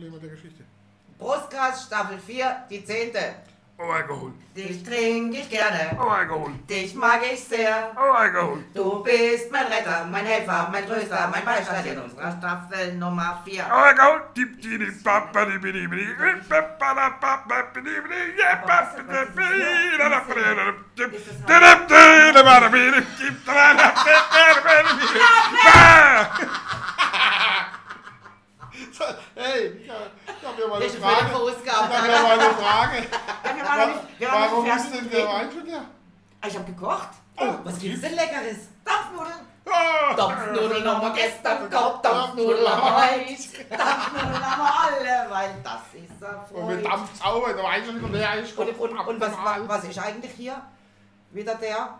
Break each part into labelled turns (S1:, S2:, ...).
S1: Geschichte.
S2: Brustgras Staffel 4, die zehnte.
S1: Oh Alkohol,
S2: Dich trinke ich gerne,
S1: oh Alkohol,
S2: dich mag ich sehr.
S1: oh Alkohol.
S2: Du bist mein Retter, mein Helfer, mein Tröster, mein Beistand in unserer Staffel Nummer 4.
S1: Alkohol, dip, dip, dip, bap, ba, dip, dip, dip, dip, bap, ba, da, bap, bap, dip, dip, dip, yeah, bap, dip, dip, dip, da, da, ba, da, da, dip, dip, dip, dip, da, ba, da, bi, dip, dip, da, da, da, da, da, ba, da, bi, ba.
S3: Hey, ich habe ja mal eine
S2: Ich bin
S3: Frage. Ich
S2: verausgabt.
S3: habe ja mal eine Frage.
S2: Ah, Wir waren noch nicht- wir waren noch
S3: Warum
S2: nicht
S3: ist denn
S2: fertig getreten.
S3: der Oh, Weinschütter?
S2: Ah, Ich hab gekocht. Oh, was gibt's denn Leckeres? Dampfnudeln.
S1: Oh.
S2: Dampfnudeln haben wir gestern gehabt, Dampfnudeln haben wir heute. Dampfnudeln haben wir alle, weil das ist ein
S3: Und mit
S2: Freund.
S3: Dampf sauber, der Weinschütter, der eigentlich
S2: Und, und, und
S3: genau.
S2: was, wa- was ist eigentlich hier? Wieder der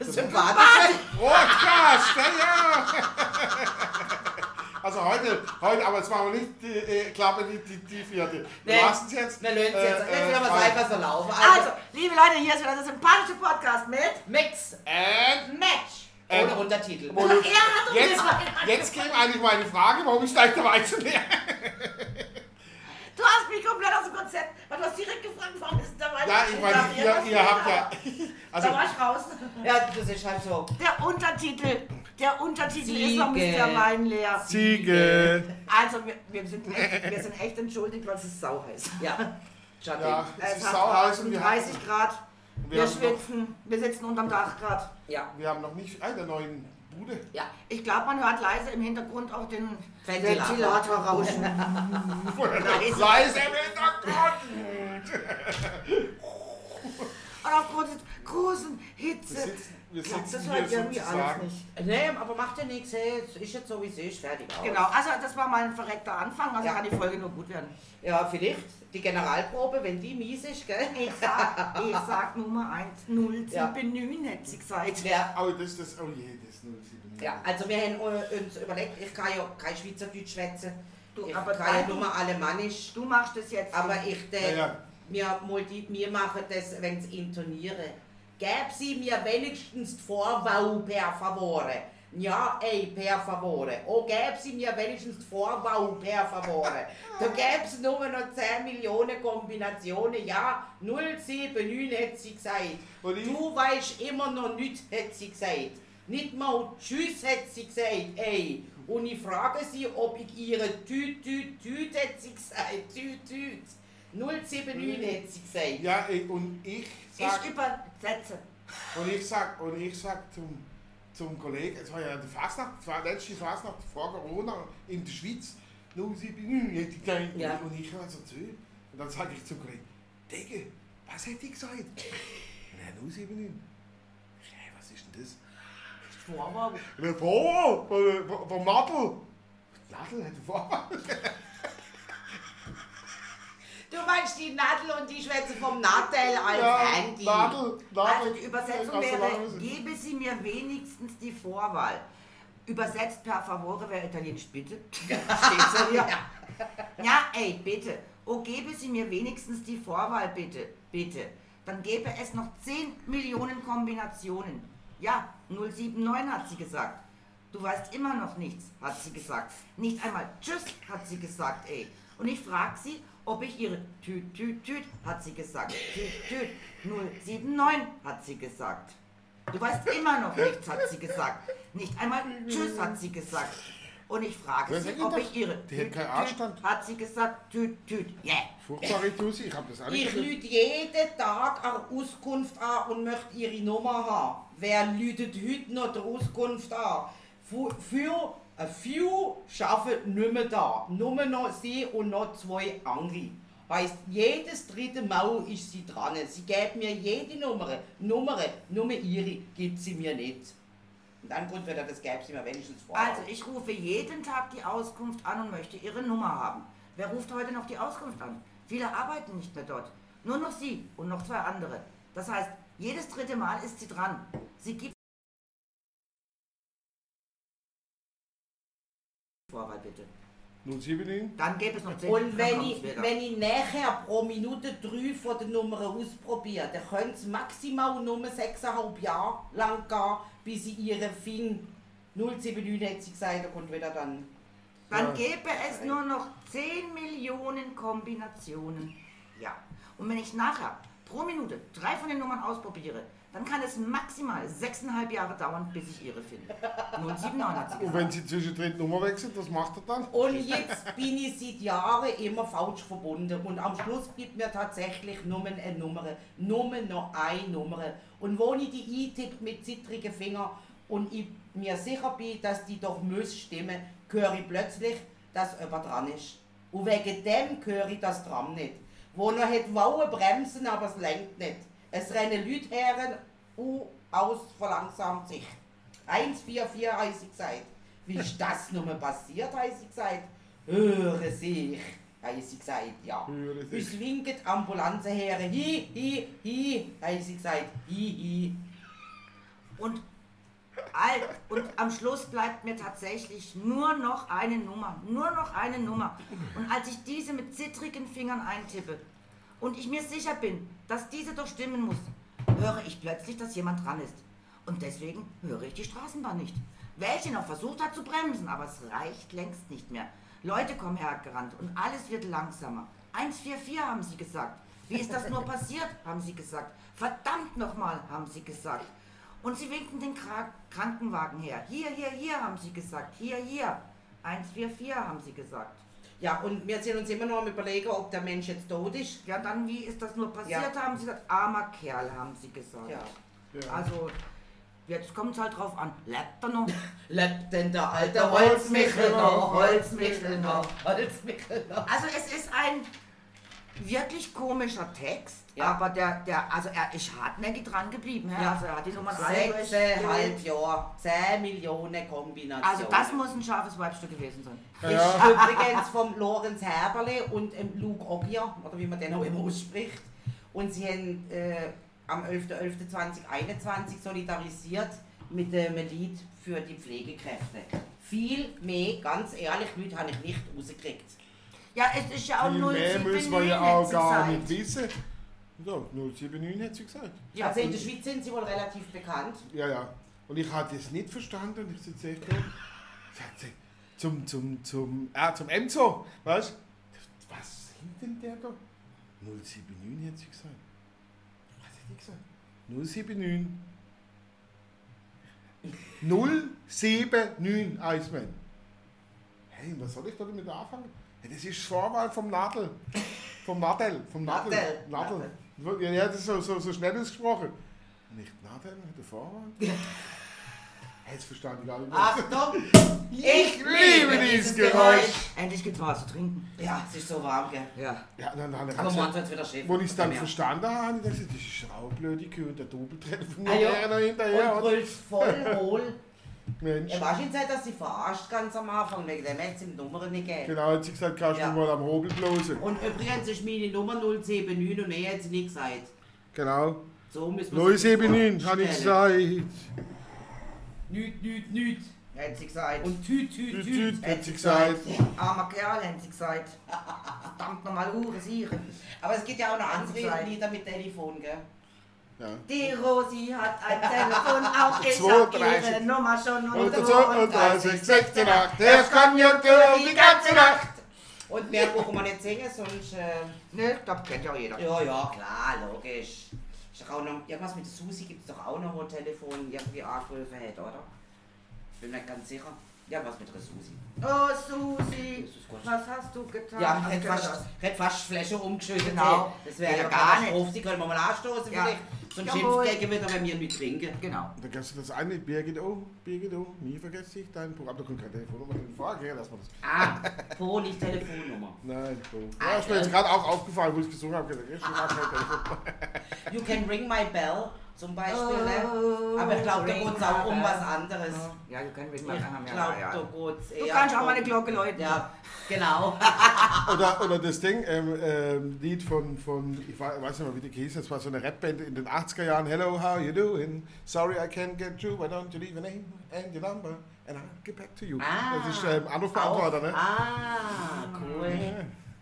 S2: sympathische?
S3: Podcast, ja, ja. Also heute, heute, aber jetzt machen wir nicht die äh, Klappe, die, die, die vierte. Wir
S2: Nee.
S3: lassen es jetzt.
S2: Na, löhnt jetzt.
S3: Äh,
S2: Jetzt
S3: äh,
S2: wieder was
S3: also,
S2: einfach so laufen.
S4: Also,
S2: Also,
S4: liebe Leute, hier ist wieder der sympathische Podcast mit.
S2: Mix,
S3: And
S2: Match.
S3: Ähm,
S2: Ohne Untertitel.
S3: wo
S4: Er
S3: du-
S4: hat uns
S3: jetzt,
S4: gefragt.
S3: jetzt käme eigentlich meine Frage, warum ist gleich der Weizen leer?
S4: Du hast mich komplett aus dem Konzept, weil du hast direkt gefragt, warum ist denn der Wein?
S3: Ja, ich meine, ihr, ihr habt ja. Also,
S4: da war ich raus.
S2: Ja, das ist halt so.
S4: Der Untertitel, der Untertitel ist,
S2: Siege.
S4: warum ist der Wein leer?
S3: Ziege.
S4: Also, wir, wir, sind echt, wir sind echt entschuldigt, weil es ist sau heiß.
S2: Ja, schade.
S3: Ja, es
S4: Es
S3: ist
S4: hat
S3: sauheiß und wir haben,
S4: 30 Grad,
S3: wir,
S4: wir,
S3: haben noch,
S4: schwitzen, wir sitzen unterm Dach grad.
S2: Ja,
S3: wir haben noch nicht einen der neuen Bude.
S2: ja.
S4: Ich glaube, man hört leise im Hintergrund auch den
S2: Ventilator.
S4: Ventilator rauschen.
S3: Leise, Leise im Hintergrund.
S4: Und aufgrund der großen
S3: Wir
S4: Hitze.
S3: sitzen, wir
S4: klappt
S3: sitzen
S4: das
S3: hier
S4: halt irgendwie alles
S3: sozusagen.
S4: nicht.
S2: Nee, aber macht ja nichts. Hey, es ist jetzt so, wie es ist. Fertig aus.
S4: Genau, also das war mal ein verreckter Anfang, also
S2: Ja.
S4: kann die Folge nur gut werden.
S2: Ja, vielleicht die Generalprobe, wenn die mies ist, gell?
S4: Ich sag, ich sag Nummer 1, 0,
S2: Ja.
S4: 7, 9 hätte sie gesagt.
S2: Ja.
S3: Aber das, das, oh je, das ist 07.
S2: ja, also wir haben äh, uns überlegt, ich kann ja kein Schweizerdeutsch schwätzen.
S4: Du,
S2: Ich
S4: aber
S2: kann ja
S4: dann-
S2: nur Alemannisch.
S4: Du machst es jetzt.
S2: Aber ich
S3: Ja,
S2: denke,
S3: ja.
S2: wir, multi- wir machen das, wenn es intoniere. Gäb sie mir wenigstens die Vorwahl per favore. Ja, ey, per favore. Oh, gäb sie mir wenigstens die Vorwahl per favore. Da gäb's nur noch 10 Millionen Kombinationen. Ja, 079 hat sie gesagt.
S3: Und ich?
S2: Du weißt immer noch nichts, hat sie gesagt. Nicht mal Tschüss, hat sie gesagt, ey. Und ich frage sie, ob ich ihre Tüt, Tüt, Tüt, hat sie gesagt. Tüt, Tüt. 079 hat sie gesagt.
S3: Ja, ich- und ich sag,
S4: ich übersetze.
S3: und ich sag, und ich sag zum, zum Kollegen, es war ja die Fastnacht, es war letzte Fastnacht vor Corona in der Schweiz, 07, hätte ich gesagt. Und-
S2: Ja.
S3: und ich höre so zu. Und dann sage ich zum Kollegen, Digga, was hätte ich gesagt? Nein, 07. hm. Ich, Hey, was ist denn das?
S4: Vorwahl.
S3: Eine Vorwahl von, von, von Nadel. Nadel hat eine Vorwahl.
S2: Du meinst die Nadel und die Schwätze vom Nadel als Handy.
S3: Nadel, Nadel.
S4: Also die Übersetzung
S3: Aus der
S4: wäre,
S3: Nadel-
S4: gebe sie mir wenigstens die Vorwahl. Übersetzt per favore wäre italienisch, bitte. Steht's ja hier. Ja, ey, bitte. Oh, gebe sie mir wenigstens die Vorwahl, bitte. Bitte. Dann gäbe es noch 10 Millionen Kombinationen. Ja, 079 hat sie gesagt. Du weißt immer noch nichts, hat sie gesagt. Nicht einmal Tschüss, hat sie gesagt, ey. Und ich frag sie, ob ich ihre Tüt, Tüt, Tüt, hat sie gesagt. Tüt, Tüt, 079, hat sie gesagt. Du weißt immer noch nichts, hat sie gesagt. Nicht einmal Tschüss, hat sie gesagt. Und ich frage
S3: Wer
S4: sie,
S3: sagt
S4: ob
S3: das?
S4: ich ihre
S3: Die hat
S4: Tüt,
S3: keinen
S4: Tüt,
S3: Anstand.
S4: hat sie gesagt, tüt, tüt, yeah.
S3: Furchtbare Tussi, ich habe das auch
S2: Ich
S3: gesehen.
S2: lüte jeden Tag eine Auskunft an und möchte ihre Nummer haben. Wer lütet heute noch die Auskunft an? Fu- Für ein few arbeiten nicht mehr da. Nur noch sie und noch zwei andere. Heißt, jedes dritte Mal ist sie dran. Sie geben mir jede Nummer. Nummer, nur ihre gibt sie mir nicht. Und dann kommt wieder, das gäbe sie mir wenigstens vor.
S4: Also, ich rufe jeden Tag die Auskunft an und möchte ihre Nummer haben. Wer ruft heute noch die Auskunft an? Viele arbeiten nicht mehr dort. Nur noch sie und noch zwei andere. Das heißt, jedes dritte Mal ist sie dran. Sie gibt. Vorwahl bitte.
S3: 079.
S4: Dann gäbe es noch 10
S2: Und wenn
S4: kommt's
S2: ich,
S4: wieder.
S2: wenn ich nachher pro Minute drei von den Nummern ausprobiere, dann können es maximal nur sechseinhalb Jahre lang gehen, bis ich ihre Fing 079 hat sie gesagt, da kommt wieder dann.
S4: Dann gäbe es nur noch 10 Millionen Kombinationen. Ja. Und wenn ich nachher pro Minute drei von den Nummern ausprobiere, dann kann es maximal sechseinhalb Jahre dauern, bis ich ihre finde. 079 hat sie
S3: Und
S4: gesagt.
S3: wenn sie zwischendrin die Nummer wechselt, was macht er dann?
S2: Und jetzt bin ich seit Jahren immer falsch verbunden. Und am Schluss gibt mir tatsächlich nur eine Nummer. Nur noch eine Nummer. Und wo ich die eintippe mit zittrigen Fingern und ich mir sicher bin, dass die doch muss stimmen, höre ich plötzlich, dass jemand dran ist. Und wegen dem höre ich das Tram nicht. Wo noch hat wollen bremsen, aber es lenkt nicht. Es rennen Leute her und aus verlangsamt sich. 144 habe ich gesagt. Wie ist das nun passiert, habe ich gesagt. Höre sich, habe ich gesagt, ja.
S3: Höre sich.
S2: Uns winket die Ambulanze her. Hi, hi, hi, habe ich gesagt. Hi,
S4: Und, all, und am Schluss bleibt mir tatsächlich nur noch eine Nummer, nur noch eine Nummer. Und als ich diese mit zittrigen Fingern eintippe und ich mir sicher bin, dass diese doch stimmen muss, höre ich plötzlich, dass jemand dran ist. Und deswegen höre ich die Straßenbahn nicht. Welche noch versucht hat zu bremsen, aber es reicht längst nicht mehr. Leute kommen hergerannt und alles wird langsamer. 144 haben sie gesagt. Wie ist das nur passiert, haben sie gesagt. Verdammt nochmal, haben sie gesagt. Und sie winkten den Kra Krankenwagen her. Hier, hier, hier, haben sie gesagt. Hier, hier. 144 haben sie gesagt.
S2: hi. Ja, und wir sind uns immer noch am überlegen, ob der Mensch jetzt tot ist.
S4: Ja, dann, wie ist das nur passiert,
S2: Ja.
S4: haben sie gesagt. Armer Kerl, haben sie gesagt.
S2: Ja.
S3: Ja.
S4: Also, jetzt kommt es halt drauf an. Lebt er noch?
S2: Lebt denn der alte Holzmichel noch, Holzmichel noch, Holzmichel noch.
S4: Also es ist ein wirklich komischer Text,
S2: Ja.
S4: aber der, der, also er ist hartnäckig dran geblieben. Ja.
S2: Ja.
S4: Also er hat die Nummern alle durch.
S2: Sechseinhalb Jahre, 10 Millionen Kombinationen.
S4: Also das muss ein scharfes Weibstück gewesen sein.
S2: Ist
S3: Ja.
S2: übrigens vom Lorenz Herberle und ähm, Luke Ogier, oder wie man den auch immer ausspricht. Und sie haben äh, am 11.11.2021 solidarisiert mit dem Lied für die Pflegekräfte. Viel mehr, ganz ehrlich, Leute habe ich nicht rausgekriegt.
S4: Ja, es ist ja auch
S3: Viel mehr
S4: 079
S3: müssen wir ja auch gar
S4: gesagt.
S3: nicht wissen. Ja, 079 hat sie gesagt.
S4: Ja,
S2: also in der Schweiz sind sie wohl relativ bekannt.
S3: Ja, ja. Und ich hatte es nicht verstanden und ich sitze echt da. Ich sagte, zum, zum, zum, ah, zum Enzo, weißt du? Was sind denn der da? 079 hat sie gesagt. Was hat die gesagt? 079. 079 Eismann. Hey, was soll ich da damit anfangen? Hey, das ist Vorwahl vom Nadel. Vom Nadel. Vom Nadel.
S2: Nadel.
S3: Nadel. Ja, ja, das ist so, so, so schnell ausgesprochen. Nicht Nadel, der Vorwahl? Hey, Jetzt verstand ich gar nicht mehr.
S2: Achtung!
S3: Ich liebe dieses Geräusch.
S4: Endlich gibt's mal was zu trinken.
S2: Ja, es ist so warm, gell?
S4: Ja.
S3: Ja, dann, dann, dann,
S2: Aber man hat wieder schief.
S3: Wo ich es dann
S2: Ja.
S3: verstanden habe, dachte ich, das ist schraublödig und der Doppeltreffen von
S2: Ah, ja.
S3: der noch hinterher.
S2: Und
S3: oder?
S2: brüllst voll hohl.
S3: Mensch.
S2: Er war schon Zeit, dass sie verarscht ganz am Anfang, wegen dem hätte es im Nummer nicht gegeben.
S3: Genau, jetzt hat sie gesagt, kannst
S2: Ja.
S3: du mal am Hobel bloßen.
S2: Und übrigens ist meine Nummer 079 und mehr hat sie nicht gesagt.
S3: Genau.
S2: So müssen wir sie
S3: 079 habe ich
S2: vorstellen.
S3: gesagt.
S2: Nüt, nüt, nüt.
S4: Hätte sie gesagt. Und
S2: Und tüt, tüt,
S3: Tüt,
S2: tüt.
S3: tüt, hat sie gesagt.
S4: armer Kerl, hätte sie gesagt. Verdammt nochmal, Ure, Sire.
S2: Aber es gibt ja auch noch
S4: Hat
S2: andere
S4: sie gesagt.
S2: Lieder mit Telefon, gell?
S3: Ja.
S4: Die Rosi hat ein Telefon, auch ich hab
S3: 32.
S4: ihre Nummer schon
S3: Und
S4: unter
S3: der 32, 16, 8, der kann ja die ganze Nacht.
S2: Und mehr brauchen wir nicht singen, sonst... Äh,
S4: Ne, ich glaub, kennt ja jeder.
S2: ja, ja, klar, logisch. Ist doch auch noch, irgendwas mit Susi gibt es doch auch noch, wo Telefon irgendwie angerufen hat, oder? Bin mir nicht ganz sicher. Irgendwas mit der Susi.
S4: Oh Susi,
S2: Jesus Gott.
S4: was hast du getan?
S2: Ja,
S4: Ach,
S2: hat
S4: genau.
S2: fast, hat fast Fläche umgeschüttet.
S4: Genau.
S2: ey. Das wäre
S4: Geht
S2: ja
S4: ja
S2: gar
S4: gar
S2: nicht. Auf, die können wir mal anstoßen
S4: Ja.
S2: vielleicht. Sonst
S4: Jawohl.
S2: schimpft gegen wieder, wenn wir nicht trinken.
S4: Genau.
S3: Da gab es das eine, Birgit O, Birgit O, nie vergesse ich dein Programm. Da kommt kein Telefonnummer in Frage, gell, dass man das.
S2: Ah, Pro, nicht Telefonnummer.
S3: Nein, so. Ja, ist mir jetzt gerade auch aufgefallen, wo ich gesungen habe. Ich hab gesagt, ich mach kein Telefon.
S2: You can ring my bell, zum Beispiel.
S4: Oh,
S2: ne? Aber ich glaube, da
S4: ring
S2: geht es auch
S4: my
S2: um
S4: bell.
S2: was anderes.
S4: Ja, wir können wirklich mal
S2: Ich
S4: anhaben.
S2: glaube,
S4: Ja, ja,
S2: da
S4: ja.
S2: geht es eher.
S4: Du kannst auch
S2: um-
S4: mal eine Glocke läuten.
S2: Ja, genau.
S4: Ah.
S3: Oder, oder das Ding, ähm, ähm, Lied von, von ich wa- weiß nicht mal, wie die hieß, das war so eine Rapband in den 80er Jahren. Hello, how you doing? Sorry, I can't get you. Why don't you leave a name and your number and I'll get back to you.
S2: Ah.
S3: das ist ähm, Anrufbeantworter, ne?
S2: Ah, cool.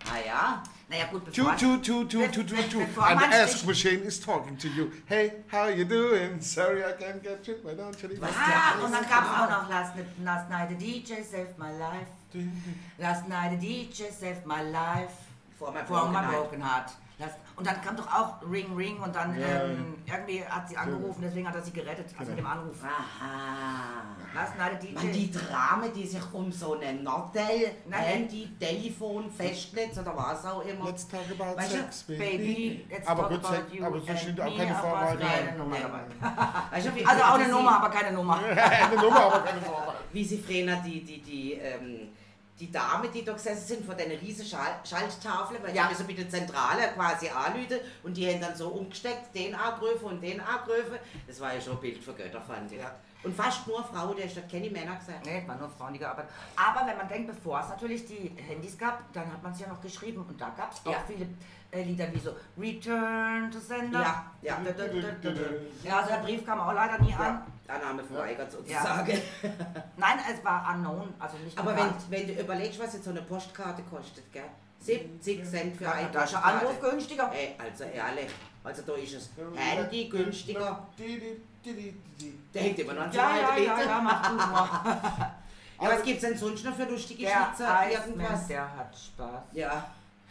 S2: Ah ja.
S4: Naja, gut,
S3: Two,
S4: bevor...
S3: two, two, two, two, two, two. And the ask machine is talking to you. Hey, how you doing? Sorry, I can't get you. Why don't you leave a
S4: Ah, und dann gab's auch noch Last, Night- Last Night the DJ Saved My Life.
S3: du hinten?
S4: Last night the DJ saved my life
S2: Vor meinem
S4: from
S2: Broken
S4: my
S2: Heart.
S4: broken heart. Last, und dann kam doch auch Ring Ring und dann
S3: Ja, Genau.
S4: ähm, irgendwie hat sie angerufen, deswegen hat er sie gerettet, also mit dem Anruf.
S2: Aha.
S4: Last night the DJ.
S2: Man, die Dramen, die sich um so einen Nattel,
S4: Nein.
S2: Handy, Telefon, Festnetz oder was auch immer.
S3: Let's talk about
S4: Weißt du,
S3: sex, baby.
S4: Baby, let's
S3: aber
S4: talk
S3: gut,
S4: about
S3: Sex-
S4: you
S3: aber so
S4: and
S3: steht auch
S4: me,
S3: keine
S4: aber
S3: Vorwahl
S4: nein.
S3: drin.
S2: Nummer dabei. Weißt du, wie
S4: Also auch
S2: wie
S4: eine
S2: sie-
S4: Also Nummer, aber keine Nummer.
S3: Eine Nummer, aber keine Vorwahl.
S2: Wie sie Frena, die, die, die, ähm, die Dame, die da gesessen sind vor diesen riesen Schal Schalttafeln, weil
S4: Ja.
S2: die müssen mit der Zentrale quasi anlüten und die haben dann so umgesteckt, den angerufen und den angerufen. Das war ja schon ein Bild für Götter, fand ich.
S4: Ja.
S2: Und fast nur Frauen, der statt keine Männer gesagt.
S4: Nee, es waren nur Frauen, die gearbeitet haben. Aber wenn man denkt, bevor es natürlich die Handys gab, dann hat man es ja noch geschrieben. Und da gab es auch
S2: Ja.
S4: viele äh, Lieder wie so Return to Sender.
S2: Ja, ja.
S4: Da, da, da, da, da. Ja, also der Brief kam auch leider nie an.
S2: Annahme verweigert
S4: Ja.
S2: sozusagen.
S4: Nein, es war unknown, also nicht
S2: Aber wenn,
S4: bekannt.
S2: wenn du überlegst, was jetzt so eine Postkarte kostet, gell? 70 Cent für eine
S4: Mhm. da ist ein
S2: Postkarte.
S4: Anruf günstiger.
S2: Ey, also ehrlich, also da ist es Handy günstiger. Der hängt immer noch an
S4: Ja, ja, ja,
S2: ja,
S4: ja, mach Also du nur.
S2: Was gibt's denn sonst noch für lustige Schnitzer?
S4: Der
S2: Irgendwas?
S4: Eismann, der hat Spaß.
S2: Ja.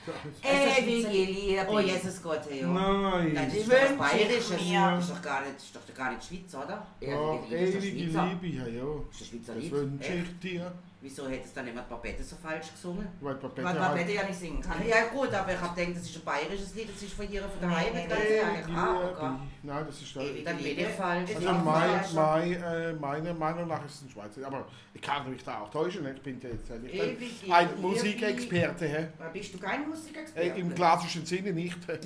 S2: Ist das
S4: Ewige
S2: Schnitzel?
S4: Liebe.
S2: Oh, Jesus Gott, hey, jo. Nein,
S3: Nein.
S2: das ist
S4: Ich
S2: doch was
S4: wünsch
S2: Bayerisches.
S4: mir.
S2: Ist doch gar nicht, ist doch gar nicht Schweiz, oder?
S3: Oh,
S4: Ewige Liebe
S3: ewige
S4: ist der Schweizer.
S3: Liebe, ja, ja.
S2: Ist das Schweizer
S3: Das
S2: Lied?
S3: wünsche
S2: Ey,
S4: Äh.
S3: ich dir.
S2: Wieso hätte es dann jemand Babette so falsch gesungen?
S3: Weil Babette
S4: Weil
S3: hat-
S4: Babette ja nicht singen kann.
S2: Ja gut, aber ich hab gedacht, das ist ein bayerisches Lied, das ist von hier, von der
S4: Nee,
S2: Heimat,
S4: nee,
S2: ganz
S4: nee.
S2: ehrlich. Ah, oh Gott.
S3: Liebe. Nein, das ist
S2: Ewige
S3: dann.
S2: Dann bin ich falsch.
S4: Ist
S3: Also
S4: auch
S3: mein,
S4: falsch.
S3: mein, äh, meiner Meinung nach ist es ein Schweizer. Aber ich kann mich da auch täuschen. ne? Ich bin ja jetzt ja nicht ein,
S4: Ewige
S3: ein
S4: Liebe.
S3: Musikexperte. hä?
S4: Aber Bist du kein Musikexperte?
S3: Äh, Im klassischen Sinne nicht. äh,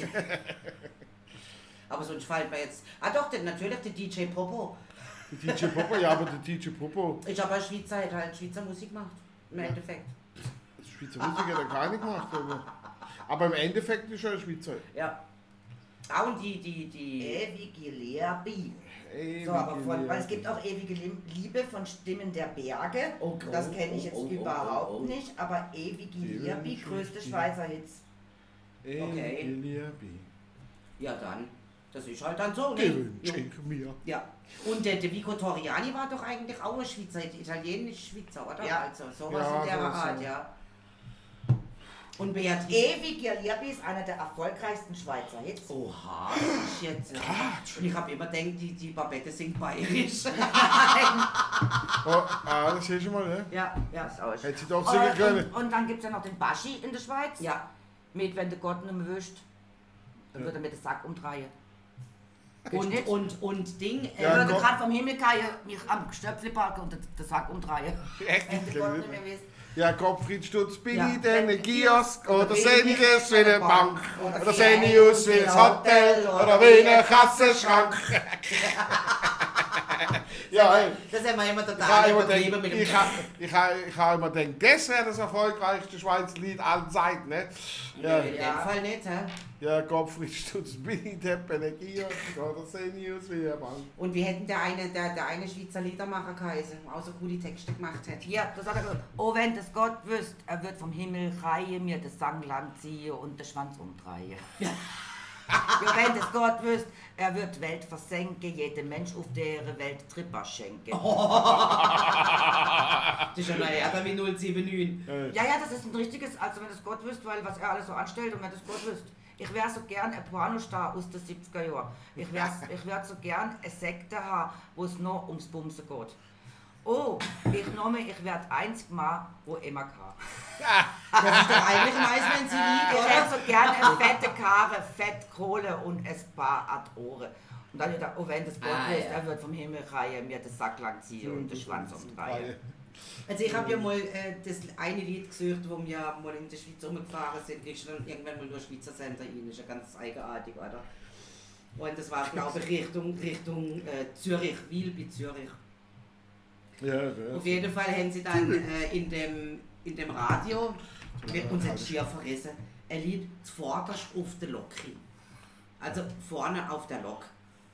S2: Aber sonst fällt mir jetzt. Ah doch, denn natürlich der DJ Popo.
S3: Der DJ Popo, ja, aber der DJ Popo,
S2: Ich habe als Schweizer hat halt Schweizer Musik gemacht. Im Endeffekt.
S3: das Schweizer Musik hat er keine gemacht. Aber, aber im Endeffekt ist er ein Schweizer.
S2: Ja. Ah, und die, die,
S3: Äh?
S2: die.
S4: Ewige Liebe.
S3: Ewige
S4: So, aber von,
S3: Liebe.
S4: weil es gibt auch ewige Lim- Liebe von Stimmen der Berge.
S2: Oh, oh,
S4: das kenne ich jetzt
S2: oh, oh,
S4: überhaupt
S2: oh, oh.
S4: nicht, aber ewige
S3: Liebe,
S4: Liebe, größte
S3: Liebe.
S4: Schweizer Hits.
S3: Ewige
S2: Okay.
S3: Liebe.
S2: Ja, dann. Das ist halt dann so.
S3: Die
S2: Ne?
S3: wünsche ich mir.
S2: Ja. Und der, der Vico Toriani war doch eigentlich auch ein Schweizer, italienisch-Schweizer, oder?
S4: Ja.
S2: Also sowas
S3: Ja,
S2: in der
S3: sowas,
S2: Art,
S3: ja.
S2: ja. Und Beatrice.
S4: Ewige Liebe ist einer der erfolgreichsten Schweizer Hits.
S2: Oha, das ist jetzt.
S3: Quatsch.
S2: Und ich habe immer gedacht, die, die Babette singt bayerisch.
S3: Oh, ah, das siehst du mal, ne?
S2: ja, ja.
S4: Das auch.
S3: Hätte sie doch singen können.
S4: Und, und dann gibt es ja noch den Baschi in der Schweiz.
S2: Ja.
S4: Mit Wenn der Gott nicht wüsst, dann würde er mir den Sack umdrehen.
S2: Und,
S4: Nicht?
S2: und, und Ding. Äh,
S4: Er
S3: Ja,
S4: würde
S3: Gott-
S4: gerade vom Himmel gehen, mich am Gestöpfle packen und den- den Sack umdrehen. Wenn der Gott nicht mehr wüsst.
S3: Ja, Gottfried Stutz, bin
S2: Ja.
S3: ich denn ein Kiosk oder
S4: bin
S3: sehe ich
S4: ich
S3: es wie eine
S4: eine
S3: Bank?
S4: Bank?
S3: Oder
S4: Oder
S3: sehe
S4: sehe
S3: ich aus wie
S4: ich
S3: ein
S4: aus
S3: Hotel
S4: Hotel
S3: oder wie ein Kassenschrank? ja, ey.
S2: Das haben wir immer
S3: Ich habe
S2: total
S3: immer
S2: übertrieben mit
S3: gedacht,
S2: dem
S3: ich hab- ich hab- ich hab immer gedacht, das wäre das erfolgreichste Schweizer Lied aller Zeiten. Ne? Ja,
S2: In dem
S4: Ja.
S2: Fall nicht, hä?
S3: ja, Gottfried Stutz, bin ich denn ein Kiosk oder sehe ich aus wie eine Bank?
S2: Und wie hätten der eine, der, der eine Schweizer Liedermacher geheißen, außer coole Texte gemacht hätte.
S4: Ja, das hat er gesagt. Oh, wenn das Gott wüsst, er wird vom Himmel reihe, mir das Sangland ziehe und den Schwanz umdrehe. ja, wenn das Gott wüsst, er wird Welt versenke, jedem Mensch auf der Welt Tripper schenke.
S2: Das ist ja noch härter wie 079.
S4: Ja, ja, das ist ein richtiges, also wenn das Gott wüsst, weil was er alles so anstellt und wenn das Gott wüsst. Ich wäre so gern ein Pornostar aus den 70er Jahren. Ich wäre ich wär so gern eine Sekte haben, wo es nur ums Bumsen geht. Oh, ich nehme, ich werde einzig Mal, wo immer kann.
S2: Das ist doch eigentlich meist, wenn sie
S4: Ich
S2: liegt,
S4: hätte
S2: oder?
S4: so gerne eine fette Karre, Fettkohle und ein paar Adore. Und dann wieder, oh wenn das Gott
S2: Ah,
S4: ist,
S2: ja.
S4: er wird vom Himmel reihe, mir das Sack lang ziehen und den Schwanz umdrehen.
S2: Also ich habe ja mal äh, das eine Lied gesucht, wo wir ja mal in der Schweiz rumgefahren sind. Ich dann irgendwann mal nur Schweizer Sender rein, ist ja ganz eigenartig, oder? Und das war, glaube ich, Richtung, Richtung äh, Zürich, Wiel bei Zürich.
S3: Ja, ja.
S2: Auf jeden Fall haben sie dann äh, in, dem, in dem Radio mit uns jetzt schier verrissen. Ein Lied zuvorderst auf der Lok hin. Also vorne auf der Lok.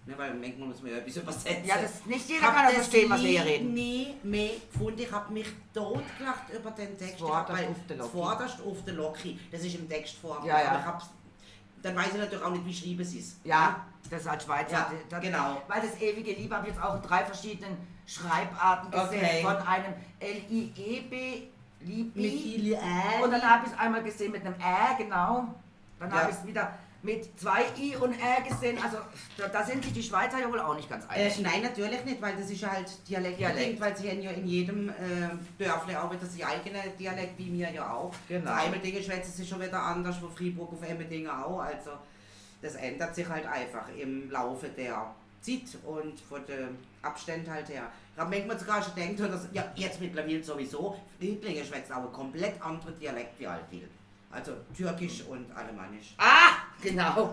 S2: Ne, weil manchmal muss man ja ein bisschen übersetzen.
S4: Ja, das nicht jeder kann das verstehen, was wir hier reden.
S2: nie mehr gefunden. Ich habe mich totgelacht über den Text.
S4: Zuvorderst
S2: Ich hab mal
S4: auf der Lok hin.
S2: Zuvorderst auf der Lok hin. Das ist im Text vor.
S4: Ja, ja.
S2: Aber ich hab's, dann weiß ich natürlich auch nicht, wie schrieben sie es.
S4: Ja, das ist halt Schweizer.
S2: Ja,
S4: das,
S2: genau.
S4: Weil das ewige Liebe habe ich jetzt auch in drei verschiedenen Schreibarten gesehen.
S2: Okay.
S4: Von einem L-I-E-B,
S2: Mit
S4: Libi.
S2: Iliani.
S4: Und dann habe ich es einmal gesehen mit einem Ä, genau. Dann
S2: Ja.
S4: habe ich es wieder mit zwei I und Ä gesehen. Also da, da sind sich die Schweizer ja wohl auch nicht ganz einig.
S2: Äh, nein, natürlich nicht, weil das ist ja halt Dialekt,
S4: Dialekt.
S2: bedingt, weil sie haben ja in jedem äh, Dörfle auch wieder seinen eigenen Dialekt, wie wir ja auch.
S4: Genau.
S2: Das Eimeldingen schwätzen sie schon wieder anders, von Freiburg auf Emmendingen auch, also das ändert sich halt einfach im Laufe der Zeit und von dem Abstand halt her. Da merkt man sogar schon denkt, dass, ja jetzt mittlerweile sowieso, Freiburger schwätzt aber komplett andere Dialekt wie Altwil. Also türkisch und alemannisch.
S4: Ah, genau.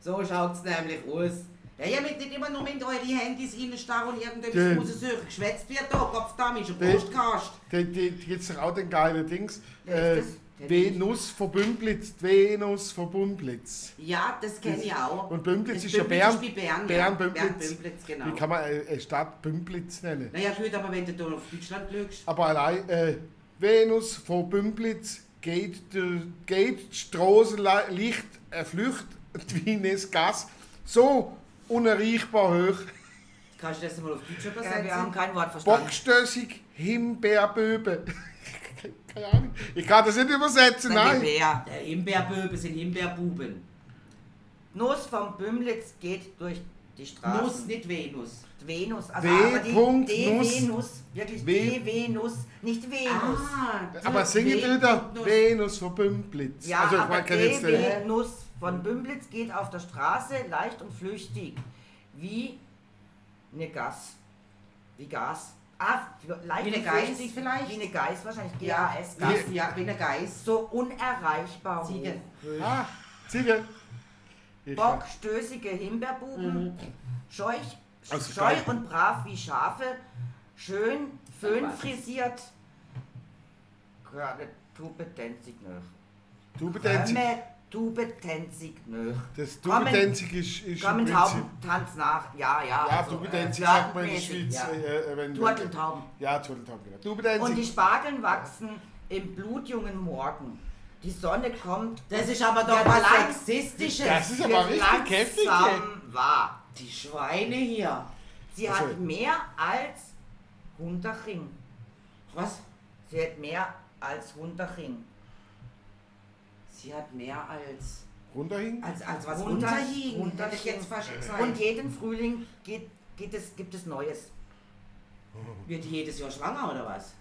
S2: So schaut's nämlich aus. Ja, ihr müsst nicht immer nur in eure Handys reinstarren und
S3: Stimmt.
S2: irgendetwas raussuchen. Geschwätzt wird da, Kopfdamisch, ein
S3: Genau.
S2: Brustkast.
S3: Die, die, die gibt's doch auch den geilen Dings.
S4: Wer
S3: Äh,
S4: ist das?
S3: Venus von Bümplitz. Venus von Bümplitz.
S2: Ja, das kenne ich auch.
S3: Und Bümplitz
S2: Das
S3: ist ja
S2: Bümplitz
S3: Bern.
S2: ist wie Bern, ja.
S3: Bern,
S2: Bern,
S3: Bümplitz.
S2: Bümplitz, genau.
S3: Wie kann man äh, eine Stadt Bümplitz nennen?
S2: Naja, gut, aber wenn du da auf Deutschland schaust.
S3: Aber allein, äh, Venus von Bümplitz geht, der, geht die Straße le- leicht äh, flücht wie ein Gas. So unerreichbar hoch.
S2: Kannst du das mal auf Deutsch
S4: Ja,
S2: übersetzen?
S4: wir haben kein Wort verstanden.
S3: Bockstössig, Himbeerböbe. Keine Ahnung. Ich kann das nicht übersetzen, nein.
S4: Nein.
S2: Äh, Himbeerböbe sind Himbeerbuben.
S4: Nuss vom Bümlitz geht durch die Straßen.
S2: Nuss, nicht Venus.
S4: Venus. Also
S3: W.
S4: aber die
S3: Punkt
S4: D.
S3: Nuss.
S4: Venus. Wirklich
S3: W.
S4: D. Venus. Nicht Venus.
S3: Aber singen
S2: Ven-
S3: wieder
S2: Nuss.
S3: Venus von Bümplitz.
S4: Ja,
S3: also ich
S4: aber
S3: meine, kann jetzt
S4: D.
S3: den,
S4: Venus von Bümblitz geht auf der Straße leicht und flüchtig. Wie eine Gas. Wie Gas. Ah, leicht
S2: Wie eine
S4: und
S2: Geist
S4: flüchtig
S2: vielleicht?
S4: Wie eine Geist wahrscheinlich.
S2: Ja,
S4: G-A-S. Gas.
S2: Geist, ja, wenn der Geist.
S4: So unerreichbar hoch.
S2: Ziege.
S3: ah, Ziege. Ich-
S4: Bockstößige Himbeerbuben, scheuch,
S3: Also
S4: scheu
S3: geil.
S4: und brav wie Schafe, schön föhnfrisiert. Gerade du betänzig nöch.
S3: Du bedenzig.
S4: Komme, du betänzig nöch.
S3: Das du
S4: Kommen-
S3: bedenzig ist, ist
S4: Komm
S3: im
S4: mit
S3: Prinzip.
S4: Tauben, tanz nach. Ja, ja.
S3: Ja,
S4: also,
S3: du bedenzig
S4: äh,
S3: sagt man in der
S4: flirtenmäßig,
S3: Schweiz.
S4: ja.
S3: äh, äh, wenn-
S4: Turteltauben.
S3: Ja, Turteltauben. genau. Du
S4: Und die
S3: bedenzig.
S4: Spargeln wachsen im blutjungen Morgen. Die Sonne kommt.
S2: Das ist aber doch
S4: Ja,
S2: mal
S4: das-
S2: sexistisches.
S3: Das ist aber richtig heftig. ey.
S4: langsam wahr.
S2: Die Schweine hier.
S4: Sie
S3: Also-
S4: hat mehr als Hundaching.
S2: Was?
S4: Sie hat mehr als Hundaching.
S2: Sie hat mehr als.
S3: Runterhin.
S2: Als, als was
S4: Unter-
S2: unterhing,
S4: Unterhing.
S2: hätte ich jetzt fast gesagt.
S4: Und
S2: Und
S4: jeden Frühling geht, geht es, gibt es Neues.
S2: wird jedes Jahr schwanger oder was?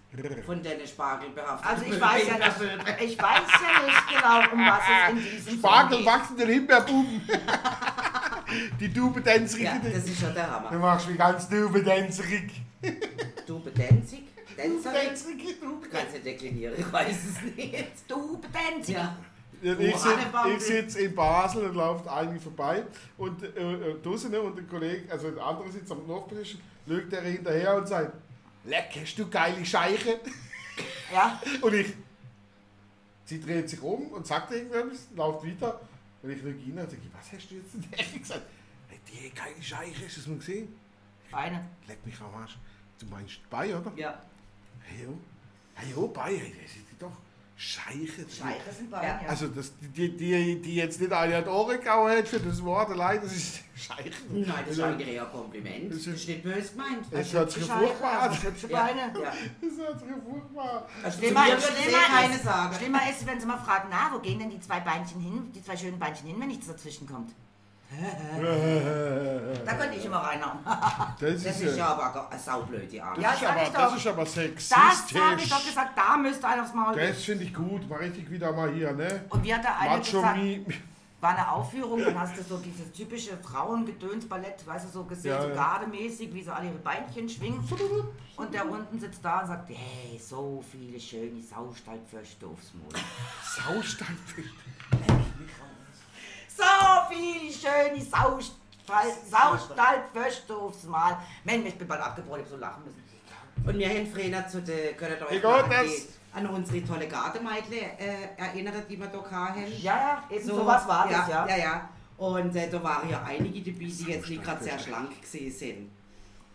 S2: Von deinen Spargel behaftet.
S4: Also ich weiß ja nicht, ich weiß ja nicht genau, um was es in diesem
S3: Spargel
S4: Song
S3: wachsende Himbeerbuben. die du bedenzig.
S2: Ja,
S3: du
S2: das ist ja der Hammer.
S3: machst mich ganz du bedenzig.
S2: Du bedenzig, Tänzerin,
S3: Bedenzig, du bedenzig.
S2: kannst du deklinieren, ich weiß es nicht.
S4: geht. Du Benzi.
S2: Ja.
S3: Ja, ich
S2: Hannebambel.
S3: sitze sitz in Basel und läuft eine vorbei und äh, draußen und der Kollege, also der andere sitzt am Nachbartisch, lügt er hinterher und sagt, leck, hast du geile Scheiche?
S4: Ja,
S3: Und ich, sie dreht sich um und sagt irgendwas, läuft weiter und ich lüge rein und sage, was hast du jetzt denn echt gesagt? Hey, die hat geile Scheiche, hast du das mal gesehen?
S4: eine.
S3: Leck mich am Arsch. Du meinst bei, oder?
S2: Ja.
S3: Hey, jo. Hey, jo, bei, hey, das ist doch Scheiche.
S4: Scheiche sind bei.
S2: Ja.
S4: Ja.
S3: Also das, die, die, die jetzt nicht alle an die Ohren gehauen hat für das Wort allein, das ist scheiße.
S2: Nein, das ist eigentlich eher ein Kompliment. Das ist nicht böse gemeint.
S3: Es hört sich ja furchtbar an.
S4: also hübsche
S2: Ja.
S4: Beine.
S2: Ja.
S3: Es hört sich ja furchtbar an.
S2: Also zu
S4: Schlimmer,
S2: mir würde ich eh
S4: schlimmer,
S2: keine
S4: ist,
S2: sagen.
S4: schlimmer ist, wenn sie mal fragen, na, wo gehen denn die zwei Beinchen hin, die zwei schönen Beinchen hin, wenn nichts dazwischen kommt. Da könnte ich immer reinhauen.
S3: Das
S2: Das
S3: ist
S2: ist ja
S3: ja...
S2: aber eine saublöde Art.
S4: Ja,
S3: Das ist
S4: sag
S3: aber,
S4: ich doch.
S3: das ist aber
S4: Das habe ich doch
S3: sexistisch.
S4: gesagt, da müsste einer aufs Maul gehen.
S3: Das finde ich gut, war richtig wieder mal hier, ne?
S4: Und wir hat da eine
S3: Macho
S4: gesagt,
S3: Mi.
S4: war eine Aufführung, dann hast du so dieses typische Frauengedöns-Ballett, weißt du, so gesehen,
S3: Ja,
S4: so
S3: ja.
S4: gardemäßig, wie sie alle ihre Beinchen schwingen. Und der unten sitzt da und sagt, hey, so viele schöne Saustallpföschte aufs Maul.
S3: Saustallfisch.
S4: So viele schöne Saustall, Saustallpföschte aufs Maul. Mensch, ich bin bald abgebrochen, ich hab so lachen müssen.
S2: Und wir haben früher zu den, könnt ihr euch
S3: Ich
S2: noch an,
S3: geh
S2: die,
S3: das.
S2: an unsere tolle Gardemeidle äh, erinnert, die wir da hatten.
S4: Ja, ja, eben sowas war das, ja.
S2: Ja, ja. Und äh, da waren ja einige dabei, die jetzt nicht gerade sehr schlank gesehen sind.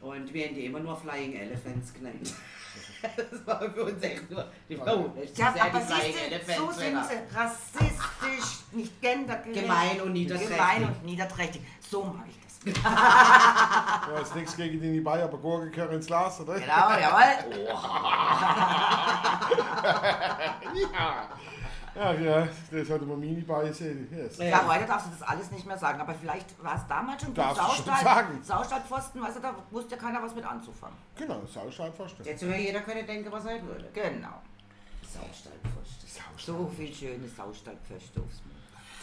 S2: Und wir haben die immer nur Flying Elephants genannt. das war für uns echt nur. Die Frau, das ist
S4: Ja,
S2: sehr
S4: aber
S2: die
S4: siehst
S2: Flying
S4: du,
S2: Elephants.
S4: so sind
S2: Männer.
S4: sie rassistisch, nicht gendergerecht.
S2: Gemein und niederträchtig.
S4: Gemein und niederträchtig. So mag ich das.
S3: Ja, ist nichts gegen die Bayer, aber Gurke gehören ins Glas, oder?
S4: Genau, jawohl.
S3: Ja. Ja, ja, das hat immer Mini-Bayer sehen. Yes.
S2: Ja.
S4: Ja, heute darfst du das alles nicht mehr sagen, aber vielleicht war es damals schon
S3: Darfst du schon
S4: Saustall-
S3: sagen.
S4: Saustallpfosten, weißt du, da wusste ja keiner was mit anzufangen.
S3: Genau, Sauschal vorstellen.
S2: Jetzt würde jeder können denken, was er würde.
S4: Genau.
S2: Saustallpfosten.
S4: So viel schöne Saustallpfosten aufs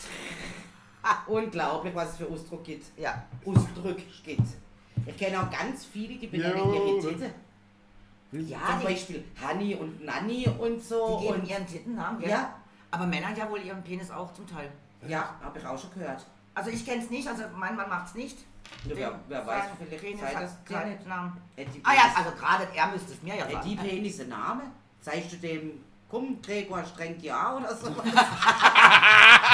S4: Meer.
S2: Unglaublich, was es für Ausdruck gibt.
S4: Ja.
S2: Ausdruck gibt. Ich kenne auch ganz viele, die benennen
S3: Ja,
S2: ihre
S3: ne?
S2: Titel.
S4: Ja,
S2: Zum
S4: die,
S2: Beispiel Hanni und Nanni und so.
S4: die geben
S2: und
S4: ihren Tittennamen, gell?
S2: Ja.
S4: Aber Männer ja wohl ihren Penis auch zum Teil.
S2: ja, habe ich auch schon gehört.
S4: Also ich kenn's nicht, also mein Mann macht's nicht.
S2: Ja, wer- wer weiß, vielleicht
S4: Penis
S2: sei
S4: hat
S2: das
S4: keinen
S2: gerade-
S4: Namen.
S2: Äh, die
S4: Ah ja,
S2: Penis-
S4: also gerade er müsste es mir ja
S2: äh,
S4: sagen.
S2: die Penis ein Name? Zeigst du dem, komm, Gregor, streng dir an oder so?
S4: Hans,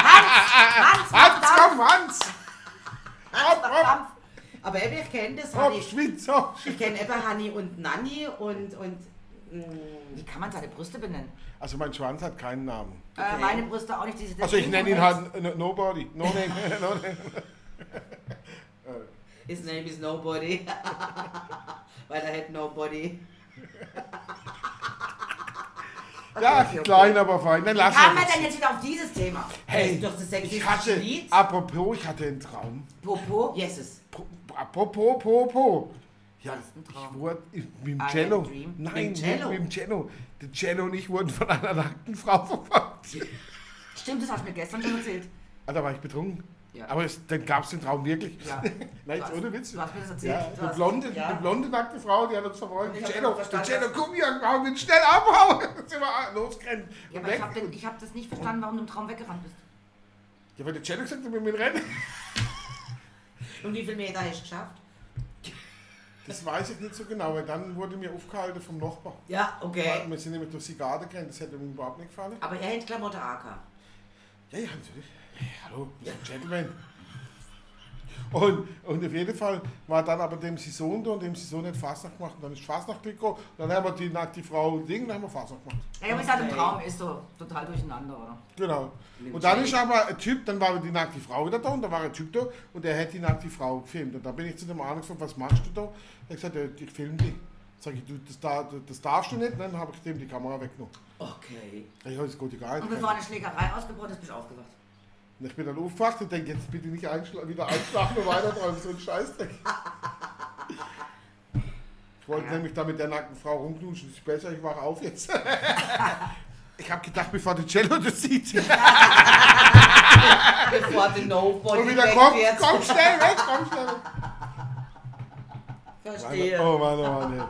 S3: Hans,
S4: verdammt,
S3: komm, Hans! Hopp, hopp,
S4: verdammt.
S2: Aber eben, ich kenne das
S3: hopp,
S2: Hanni.
S3: schwitz, hopp.
S2: Ich kenne eben Hanni und Nanni und. und mm, mh,
S4: Wie kann man seine Brüste benennen?
S3: Also mein Schwanz hat keinen Namen.
S4: Äh, meine Brüste auch nicht. Diese, das
S3: Also ich
S4: Ding
S3: nenne ihn
S4: von rechts.
S3: halt N- Nobody. No name. No name.
S2: his name is Nobody. Weil er hat Nobody.
S3: Ja,
S4: okay, okay.
S3: klein, aber fein. Dann lass
S4: Kamen wir
S3: uns.
S4: denn jetzt wieder auf dieses Thema?
S3: Hey,
S2: Das ist doch das
S3: ich
S2: sexistische
S3: hatte,
S2: Lied.
S4: Ah.
S3: apropos, ich hatte einen Traum.
S4: Popo?
S2: Yeses.
S3: Po- Apropos, po, po. Ja,
S4: Was ein Traum?
S3: ich wurde ich, mit dem
S4: Oh. I had a
S3: Cello.
S4: dream.
S3: Nein,
S2: Mit dem Cello?
S3: mit dem Cello. Der Cello und ich wurden von einer nackten Frau verfolgt.
S4: Stimmt, das hast du mir gestern schon erzählt.
S3: Ah, da war ich betrunken.
S4: Ja.
S3: Aber es, dann gab es den Traum wirklich.
S4: Ja.
S3: Nein,
S4: Du hast-
S3: ohne Witz.
S4: du hast mir das erzählt.
S3: ja,
S4: Du
S3: eine
S4: hast-
S3: blonde,
S2: ja.
S3: eine blonde nackte Frau, die hat uns verfolgt.
S2: Ich
S3: Die
S2: hab
S3: Cello,
S2: auch
S3: die
S2: verstanden,
S3: Cello,
S2: dass-
S3: komm hier, hau ihn schnell abhauen. Sind wir ah, losgerannt.
S4: Ja,
S3: Und
S4: aber
S3: weg.
S4: ich habe hab das nicht verstanden, warum du im Traum weggerannt bist.
S3: Ja, weil der Cello gesagt hat, wir müssen rennen.
S2: Und wie viel Meter hast du geschafft?
S3: Das weiß ich nicht so genau, weil dann wurde mir aufgehalten vom Nachbar.
S2: Ja, okay.
S3: Wir sind nämlich durch die Garde gerannt, das hätte mir überhaupt nicht gefallen.
S2: Aber er hat Klamotten AK.
S3: Ja, ja, natürlich. Hallo, wir sind Gentleman. Und, und auf jeden Fall war dann aber dem sie Sohn da und dem sie Sohn hat Fasnacht gemacht und dann ist Fasnacht gekommen. Und Dann haben wir die, na, die Frau Ding, dann haben wir Fasnacht gemacht.
S4: Ja, aber ich sag, im
S2: Okay.
S4: Traum ist so total durcheinander, oder?
S3: Genau.
S2: Mit
S3: Und dann
S2: Jay.
S3: ist aber ein Typ, dann war die nackte Frau wieder da und da war ein Typ da und der hat die nackte Frau gefilmt. Und dann bin ich zu dem anderen gesagt, was machst du da? Er hat gesagt, ja, ich filme die. Sag ich, du, das, da, das darfst du nicht. Und dann habe ich dem die Kamera weggenommen.
S2: Okay.
S3: Ich habe es gut egal.
S4: Und bevor eine Schlägerei ausgebrochen ist, bist du aufgewacht.
S3: Und Ich bin dann aufgewacht und denke, jetzt bitte nicht einschla wieder einschlafen und weiter drauf, so ein Scheißdreck. Ich wollte
S4: Ja.
S3: nämlich da mit der nackten Frau rumknutschen, das ist besser, ich wache auf jetzt. ich habe gedacht, bevor der Cello das sieht und
S2: Bevor der Nobody
S3: wieder
S2: weg
S3: kommt,
S2: wird.
S3: komm schnell weg, komm schnell weg.
S2: Verstehe.
S3: Oh Mann, oh Mann, ey.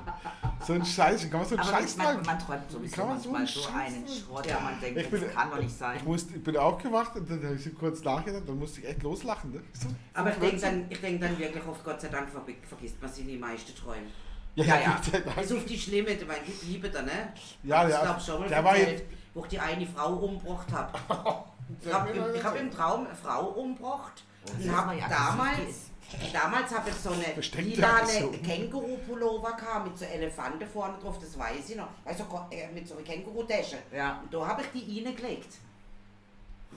S3: So ein Scheiß, wie kann man so einen
S4: Aber
S3: Scheiß
S4: man,
S3: tragen?
S4: man träumt
S3: Wie
S4: sowieso
S3: kann man so einen
S4: manchmal so
S3: Scheiß
S4: einen
S3: machen?
S4: Schrott, ja. man denkt,
S3: Ich bin-
S4: das kann doch nicht
S3: Ich,
S4: sein.
S3: musste, ich bin aufgewacht und dann habe ich so kurz nachgedacht, dann musste ich echt loslachen. Ne? So,
S2: Aber ich denke dann, ich denk dann wirklich auf Gott sei Dank ver- vergisst man sich die meisten Träume.
S4: Ja, ja.
S3: Gott sei Dank.
S2: Also auf die Schlimme, ich meine, ich liebe da, ne?
S3: Ja,
S2: ich
S3: ja.
S2: glaub schon mal
S3: Der war
S2: erzählt, wo ich die eine Frau umgebracht habe. Ich habe im, ich hab im Traum eine Frau umgebracht und
S4: das
S2: habe
S4: war ja
S2: damals, damals habe ich so eine
S3: Versteckt
S2: lilane
S3: ja so.
S2: Känguru-Pullover gehabt mit so Elefanten vorne drauf, das weiß ich noch. Also mit so einer Känguru-Tasche.
S4: Ja.
S2: Und da habe ich die reingelegt.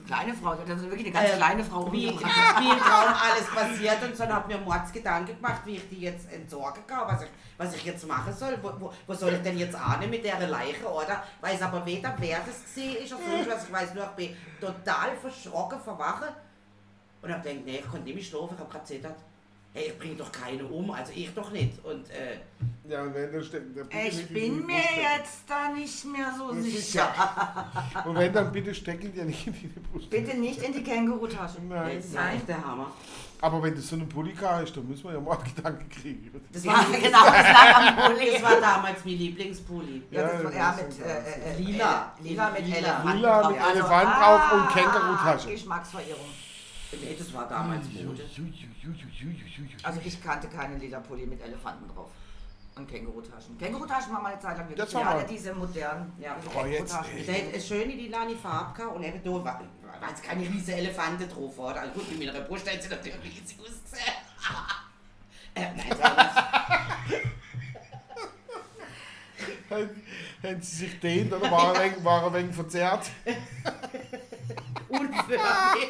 S4: Kleine Frau, das ist wirklich eine ganz
S2: Ähm,
S4: kleine Frau.
S2: Wie,
S4: umgebracht.
S2: wie im Traum alles passiert und so, dann hat mir Mordsgedanken gemacht, wie ich die jetzt entsorgen kann, was ich, was ich jetzt machen soll. Wo, wo, wo soll ich denn jetzt ahnen mit der Leiche, oder? Weiß aber weder, wer das gesehen ist oder sonst was. Ich weiß nur, ich bin total verschrocken, verwache und hab gedacht, nee, ich konnte nicht mehr schlafen, ich hab gerade gesagt, hey, ich bringe doch keine um, also ich doch nicht. Und äh,
S3: Ja, und wenn dann steckt der bitte
S4: Ich
S3: nicht in
S4: bin
S3: die
S4: mir
S3: Brust.
S4: jetzt da nicht mehr so
S3: Das ist
S4: sicher.
S3: ja- Und wenn dann bitte stecken die ja nicht in die Brust.
S4: Bitte nicht in die Kängurutasche.
S3: Nein.
S2: jetzt sag ich der Hammer.
S3: Aber wenn du so einen Pulika hast, dann müssen wir ja Mordgedanken kriegen.
S2: Das
S4: Ja,
S2: war,
S4: genau, das lag am Pulli.
S2: das war damals mein Lieblingspulli.
S4: Ja, das
S3: Ja,
S4: war,
S3: das
S4: ja
S3: ist
S4: mit
S3: so
S4: äh, äh,
S2: Lila.
S4: äh, Lila mit
S2: Lila.
S4: Elefanten
S3: Lila
S4: drauf. Also, ah,
S3: mit Elefant drauf und Kängurutasche.
S4: Geschmacksverirrung.
S2: Nee, das war damals Mode.
S4: Also ich kannte keine lila Pulli mit Elefanten drauf. Und Kängurutaschen. Kängurutaschen waren mal eine Zeit lang wirklich.
S3: Das war
S4: alle
S3: mal-
S4: diese modernen
S2: Ja.
S4: diese
S3: Oh, jetzt
S4: Kängurutaschen.
S3: nicht.
S2: Der Äh, hat eine schöne lilane Farbe gehabt und eben da war, war jetzt keine riesen Elefanten drauf, oder? Also gut, mit meiner Brust hat sie natürlich riesig ausgesehen. äh, nein, sag nicht.
S3: Hätten sie sich dehnt oder war er wegen, war er wegen verzerrt?
S2: Unförmig.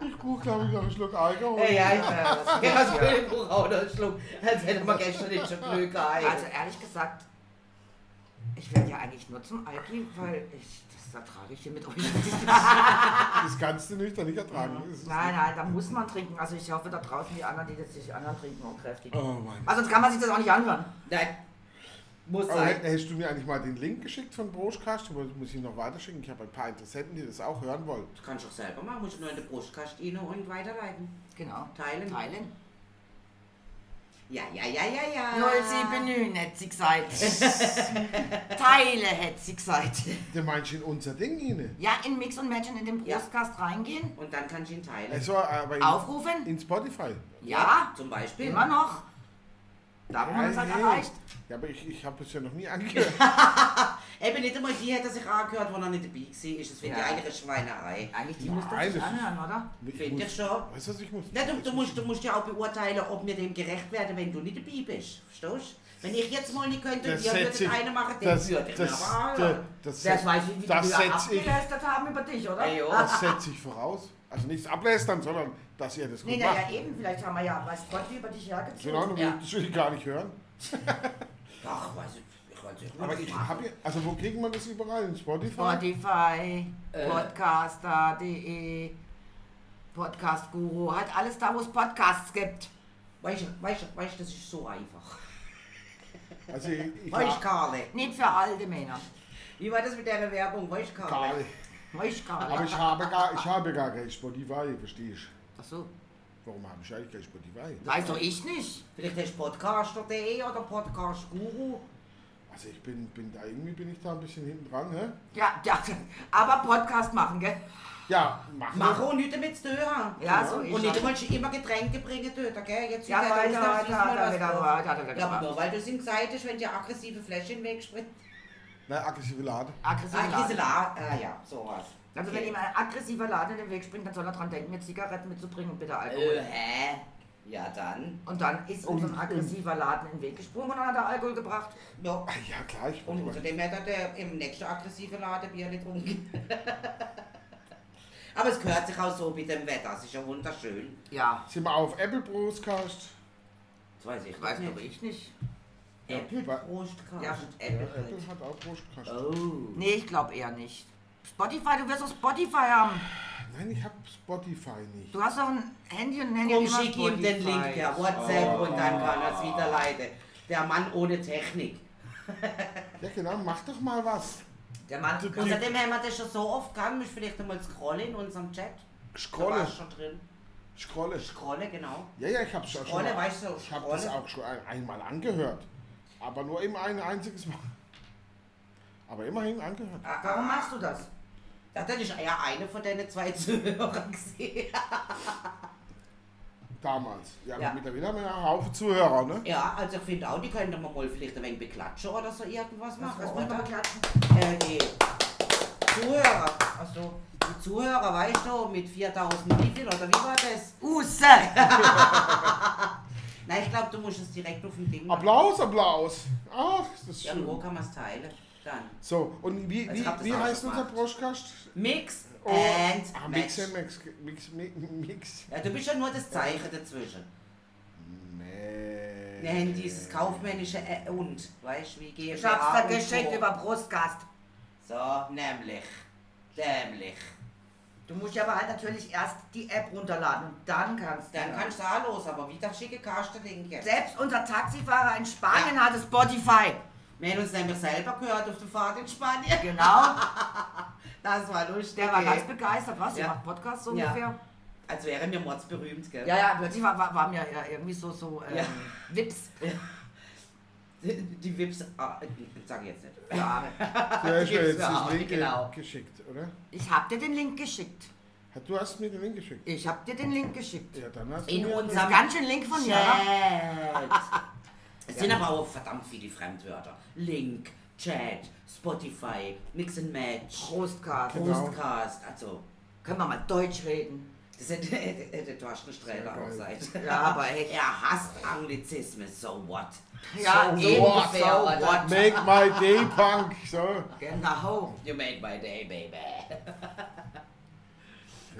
S3: Ich Kuchen habe ich noch einen Schluck Alkohol.
S2: Ja, ja, ich
S4: Ja, das
S2: ja,
S4: geht's
S2: das
S4: ja.
S2: will ich brauche auch noch einen Schluck. Als hätten wir gestern den schon blöd
S4: Also
S2: gehalten.
S4: ehrlich gesagt, ich will ja eigentlich nur zum Alki, weil ich, das ertrage ich hier mit euch nicht.
S3: Das kannst du nüchtern nicht ertragen. Das ist-
S4: Nein, nein, da muss man trinken. Also ich hoffe da draußen die anderen, die das sich die anderen trinken auch kräftig.
S3: Oh Mann.
S4: Also sonst kann man sich das auch nicht anhören.
S2: Nein, muss
S3: Aber
S2: sein.
S3: hätt- hättest du mir eigentlich mal den Link geschickt von Broschkast? Aber das muss ich noch weiterschicken. Ich habe ein paar Interessenten, die das auch hören wollen.
S2: Das kannst du auch selber machen. Musst du nur in der Brustkastine und weiterleiten.
S4: Genau.
S2: Teilen.
S4: Teilen.
S2: Ja, ja, ja, ja, ja.
S4: 079 hätte sie gesagt. Teile hätte sie gesagt.
S3: Der meinst du in unser Ding, Ine?
S4: Ja, in Mix und Match in den
S2: Ja.
S4: Brustkast reingehen.
S2: Und dann kannst du ihn teilen.
S3: Also, aber in,
S4: Aufrufen.
S3: in Spotify.
S4: Ja,
S2: Zum Beispiel.
S4: immer noch. Da haben wir es halt
S3: Hey.
S4: erreicht.
S3: Ja, aber ich, ich habe es ja noch nie angehört.
S2: Eben nicht einmal die hat er sich angehört, wo er nicht dabei war. Ist das finde
S4: Ja.
S2: ich eigentlich eine Schweinerei.
S4: Eigentlich, die
S3: Nein,
S4: muss das
S3: das
S4: sich
S3: ist-
S4: anhören, oder?
S3: Ich
S2: Finde ich
S3: muss,
S2: schon.
S3: weißt du, was ich muss?
S2: Na, du, du, musst, du musst ja auch beurteilen, ob wir dem gerecht werden, wenn du nicht dabei bist. Verstehst du? Wenn ich jetzt mal nicht könnte und
S3: Das
S2: ihr
S3: setzt sich-
S2: würdet einen machen, dann
S3: Das,
S2: würde ich
S3: das,
S2: mir aber
S3: das,
S2: anhören.
S3: das,
S4: Das weiß ich, wie
S3: das
S4: die früher
S3: setz ich- oh,
S4: abgelästert haben über dich, oder? Ah,
S2: Ey, jo.
S3: das setze ich voraus. Also nichts ablästern, sondern dass ihr das gut
S4: Nee,
S3: macht.
S4: naja, eben, vielleicht haben wir ja, weiß Gott, wie über dich
S3: Genau,
S4: hergezogen. ja.
S3: das will ich gar nicht hören.
S2: Ach, weiß ich, ich weiß nicht.
S3: Aber ich habe ja, also wo kriegt man das überall? In Spotify?
S4: Spotify,
S3: Äh.
S4: podcaster.de, Podcast Guru, halt alles da, wo es Podcasts gibt.
S2: Weißt du, weißt du, weißt du, das ist so einfach.
S3: Also ich, ich
S2: Weißt du, Karle?
S4: Nicht für alte Männer.
S2: Wie war das mit der Werbung? Weißt du, Karle?
S3: Karl.
S4: Weiß gar
S3: Aber
S4: nicht.
S3: ich habe gar, ich habe gar kein Spotify, verstehe ich.
S4: Achso,
S3: Warum habe ich eigentlich kein Spotify?
S4: weiß doch ich nicht.
S2: Vielleicht hast du Podcaster.de oder Podcast Guru.
S3: Also ich bin, bin da irgendwie bin ich da ein bisschen hinten dran, ne?
S4: Ja, ja, aber Podcast machen, gell?
S3: Ja, mach
S2: Mach
S3: mal.
S2: auch nichts damit zu tun haben.
S4: Ja, so ist
S2: Und nicht
S4: das.
S2: einmal schon immer Getränke bringen dort, gell? Jetzt
S4: Ja,
S2: wieder
S4: weiter,
S2: der Ausnahmsweise
S4: weiter,
S2: mal was
S4: weiter,
S2: drauf.
S4: weiter, weiter, weiter.
S2: Ja, aber nur weil du es ihm gesagt hast, wenn dir aggressive Fläschchen wegspringt.
S3: Nein, aggressive Lade.
S4: Aggressiver
S2: Ah,
S4: Laden.
S2: Gisela. Ah, ja, sowas.
S4: Also wenn ihm ein aggressiver Laden in den Weg springt, dann soll er dran denken, mir Zigaretten mitzubringen und bitte Alkohol.
S2: Äh, hä? Ja, dann.
S4: Und dann ist
S3: Und-
S4: uns ein aggressiver Laden in den Weg gesprungen und dann hat er Alkohol gebracht.
S2: Ja.
S3: Ah, ja klar, ich wollte
S2: Und
S3: mal-
S2: außerdem hat er im nächsten aggressiven Laden Bier getrunken. aber es gehört sich auch so mit dem Wetter. Es ist ja wunderschön.
S4: Ja,
S3: Sind wir auf Apple Broadcast?
S2: Das weiß ich
S4: weiß
S2: nicht.
S4: doch ich nicht.
S2: Apple
S3: Ja,
S2: Brustkast.
S4: Ja,
S3: Ja,
S2: Apple.
S3: Apple hat auch Broadcast.
S2: Oh.
S4: Nee, ich glaube eher nicht. Spotify, du wirst doch Spotify haben.
S3: Nein, ich habe Spotify nicht.
S4: Du hast doch ein Handy und ein Handy
S2: Komm,
S4: immer
S2: schick ihm den
S4: Spotify.
S2: Link per WhatsApp und dann kann er es weiterleiten. Der Mann ohne Technik.
S3: Ja genau, mach doch mal was.
S2: Der Mann,
S3: Du-
S2: außerdem haben wir das schon so oft gegangen, müssen vielleicht einmal scrollen in unserem Chat. Da
S3: Scrolle,
S2: war's schon drin.
S3: scrolle.
S2: Scrolle, genau.
S3: Ja, ja, ich habe schon.
S2: Scrolle,
S3: schon mal-
S2: weißt du,
S3: Ich habe das
S2: Scrolle.
S3: auch schon ein, einmal angehört, aber nur eben ein einziges Mal. Aber immerhin angehört.
S2: Ah.
S4: Warum machst du das?
S2: Da hat er nicht eher eine von deinen zwei Zuhörern gesehen.
S3: Damals. Ja,
S2: Ja.
S3: mittlerweile haben wir ja einen Haufen Zuhörer, ne?
S2: Ja, also ich finde auch, die könnten wir mal vielleicht ein wenig beklatschen oder so irgendwas machen.
S4: Was wollen wir
S2: oder?
S4: klatschen?
S2: Äh, die Zuhörer. Achso. Die Zuhörer, weißt du, mit 4000 wie viel oder wie war das?
S4: Use!
S2: Nein, ich glaube, du musst es direkt auf dem Ding machen.
S3: Applaus, Applaus. Ach, das ist
S2: Irgendwo
S3: schön.
S2: kann man es teilen. Dann.
S3: So, und wie,
S2: Also
S3: wie,
S2: ich hab das
S3: wie
S2: auch
S3: heißt
S2: schon
S3: unser
S2: gemacht.
S3: Broadcast?
S2: Mix
S3: Oh,
S2: and
S3: ah,
S2: Match.
S3: Mix and Max. Mix, Mix, Mix.
S2: Ja, du bist ja nur das Zeichen dazwischen.
S3: Nee.
S2: Wir haben dieses kaufmännische Ä und, weißt du, wie geht
S4: Ich hab's dir geschickt über Brustgast.
S2: So, nämlich. Nämlich.
S4: Du musst ja aber halt natürlich erst die App runterladen und dann kannst du.
S2: Dann kannst du auch los, aber wieder schicke Karsten-Ding jetzt.
S4: Selbst unser Taxifahrer in Spanien hatte Spotify.
S2: Wir haben uns nämlich selber gehört auf der Fahrt in Spanien.
S4: Genau.
S2: Das war lustig.
S4: Der war
S2: ey.
S4: ganz begeistert, was? Ihr
S2: Ja.
S4: macht Podcasts so
S2: Ja.
S4: ungefähr?
S2: Als wären wir mordsberühmt, gell?
S4: Ja, ja, plötzlich war, war, waren wir ja irgendwie so, so ähm,
S2: Ja.
S4: Wips.
S2: Die, die Wips. Ah, ich sag jetzt nicht.
S3: Der ist mir jetzt
S2: Ja,
S3: das Link
S2: genau.
S3: geschickt, oder?
S4: Ich hab dir den Link geschickt.
S3: Hat- Du hast mir den Link geschickt.
S4: Ich hab dir den Link geschickt.
S3: Ja, dann hast
S2: In
S3: du mir
S4: Das ist ganz schön Link von mir. oder?
S2: Chat. Es sind aber auch verdammt viele Fremdwörter. Link, Chat, Spotify, Mix and Match,
S4: Brustcast.
S3: Genau.
S2: Postcast, also.
S4: Können wir mal Deutsch reden?
S2: Das hätte, hätte, hätte Thorsten Strähler auch
S3: geil.
S2: gesagt.
S4: Ja, aber echt.
S2: Er hasst Anglizismus, so what?
S4: Ja,
S3: So
S4: eben
S3: what?
S4: ungefähr,
S3: So
S4: oder?
S3: Make my day punk. So.
S4: Genau.
S2: You made my day, baby.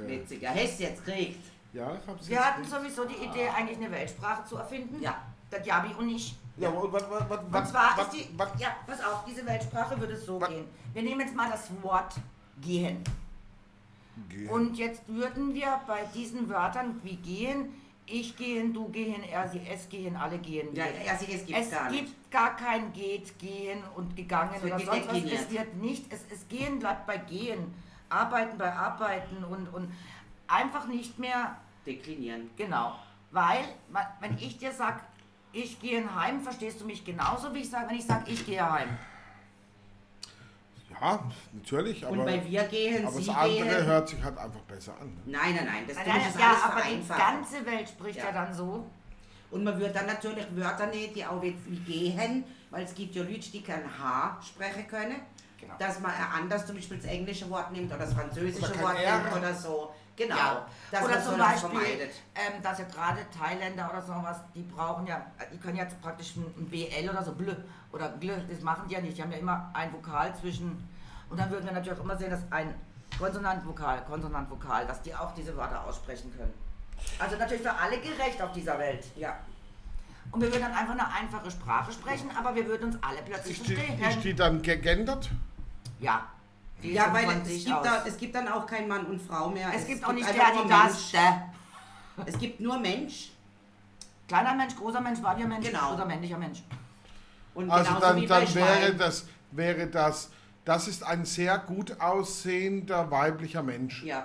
S2: Witzig. Ja, hast du jetzt kriegt.
S3: Ja, ich hab's
S4: Wir
S3: jetzt
S4: hatten
S3: nicht.
S4: sowieso die Idee, eigentlich eine Weltsprache zu erfinden.
S2: Ja.
S4: Das Jabi und ich.
S3: Ja, und was, was, was,
S4: Und zwar
S3: was,
S4: ist die.
S3: was,
S4: ja, pass auf, diese Weltsprache würde es so
S3: Was?
S4: gehen. Wir nehmen jetzt mal das Wort gehen.
S3: Gehen.
S4: Und jetzt würden wir bei diesen Wörtern wie gehen, ich gehen, du gehen, er, sie, es gehen, alle gehen.
S2: Ja,
S4: gehen.
S2: ja, sie, es gibt's
S4: es
S2: gar nicht.
S4: gibt gar kein geht, gehen und gegangen
S2: Es wird
S4: oder sonst was.
S2: dekliniert.
S4: Es wird nicht, es ist gehen bleibt bei gehen, arbeiten bei arbeiten und, und einfach nicht mehr
S2: Deklinieren.
S4: Genau, weil ma- wenn ich dir sag, ich gehe heim, verstehst du mich genauso, wie ich sage, wenn ich sage, ich gehe heim.
S3: ja, natürlich, aber,
S2: Und bei wir gehen,
S3: aber
S2: sie
S3: das andere
S2: gehen.
S3: hört sich halt einfach besser an. Ne?
S2: Nein, nein, nein, das
S4: Weil
S2: tue ich
S4: dann,
S2: das
S4: ja,
S2: alles
S4: aber die
S2: vereinfachen.
S4: ganze Welt spricht ja,
S2: Ja.
S4: dann so.
S2: Und man würde dann natürlich Wörter nehmen, die auch jetzt wie gehen, weil es gibt ja Leute, die kein H sprechen können.
S4: Genau.
S2: Dass man ein anders zum Beispiel das englische Wort nimmt oder das französische
S3: Oder kein
S2: Wort
S3: R.
S2: nimmt oder so. Genau. Dass
S4: oder
S2: man
S4: zum
S2: sowas
S4: Beispiel,
S2: vermeidet.
S4: ähm, dass ja gerade Thailänder oder so was, die brauchen ja, die können ja praktisch ein ein BL oder so, blö oder glö, das machen die ja nicht. Die haben ja immer ein Vokal zwischen. Und dann würden wir natürlich auch immer sehen, dass ein Konsonant-Vokal, Konsonant-Vokal, dass die auch diese Wörter aussprechen können. Also natürlich für alle gerecht auf dieser Welt.
S2: Ja.
S4: Und wir würden dann einfach eine einfache Sprache sprechen, aber wir würden uns alle plötzlich
S3: Ist die,
S4: verstehen.
S3: ist die dann gegendert?
S4: ja. Die
S2: Ja,
S4: sind
S2: weil
S4: von
S2: es
S4: sich
S2: gibt,
S4: aus.
S2: da, es gibt dann auch kein Mann und Frau mehr.
S4: es gibt auch nicht
S2: einfach
S4: der,
S2: nur
S4: die das,
S2: Mensch.
S4: der.
S2: Es gibt nur Mensch.
S4: Kleiner Mensch, großer Mensch, weiblicher Mensch
S2: Genau.
S4: oder männlicher Mensch.
S2: Und
S3: Also
S2: genauso
S3: dann,
S2: Genau wie bei
S3: dann wäre
S2: Schwein.
S3: das, wäre das, das ist ein sehr gut aussehender weiblicher Mensch.
S2: Ja.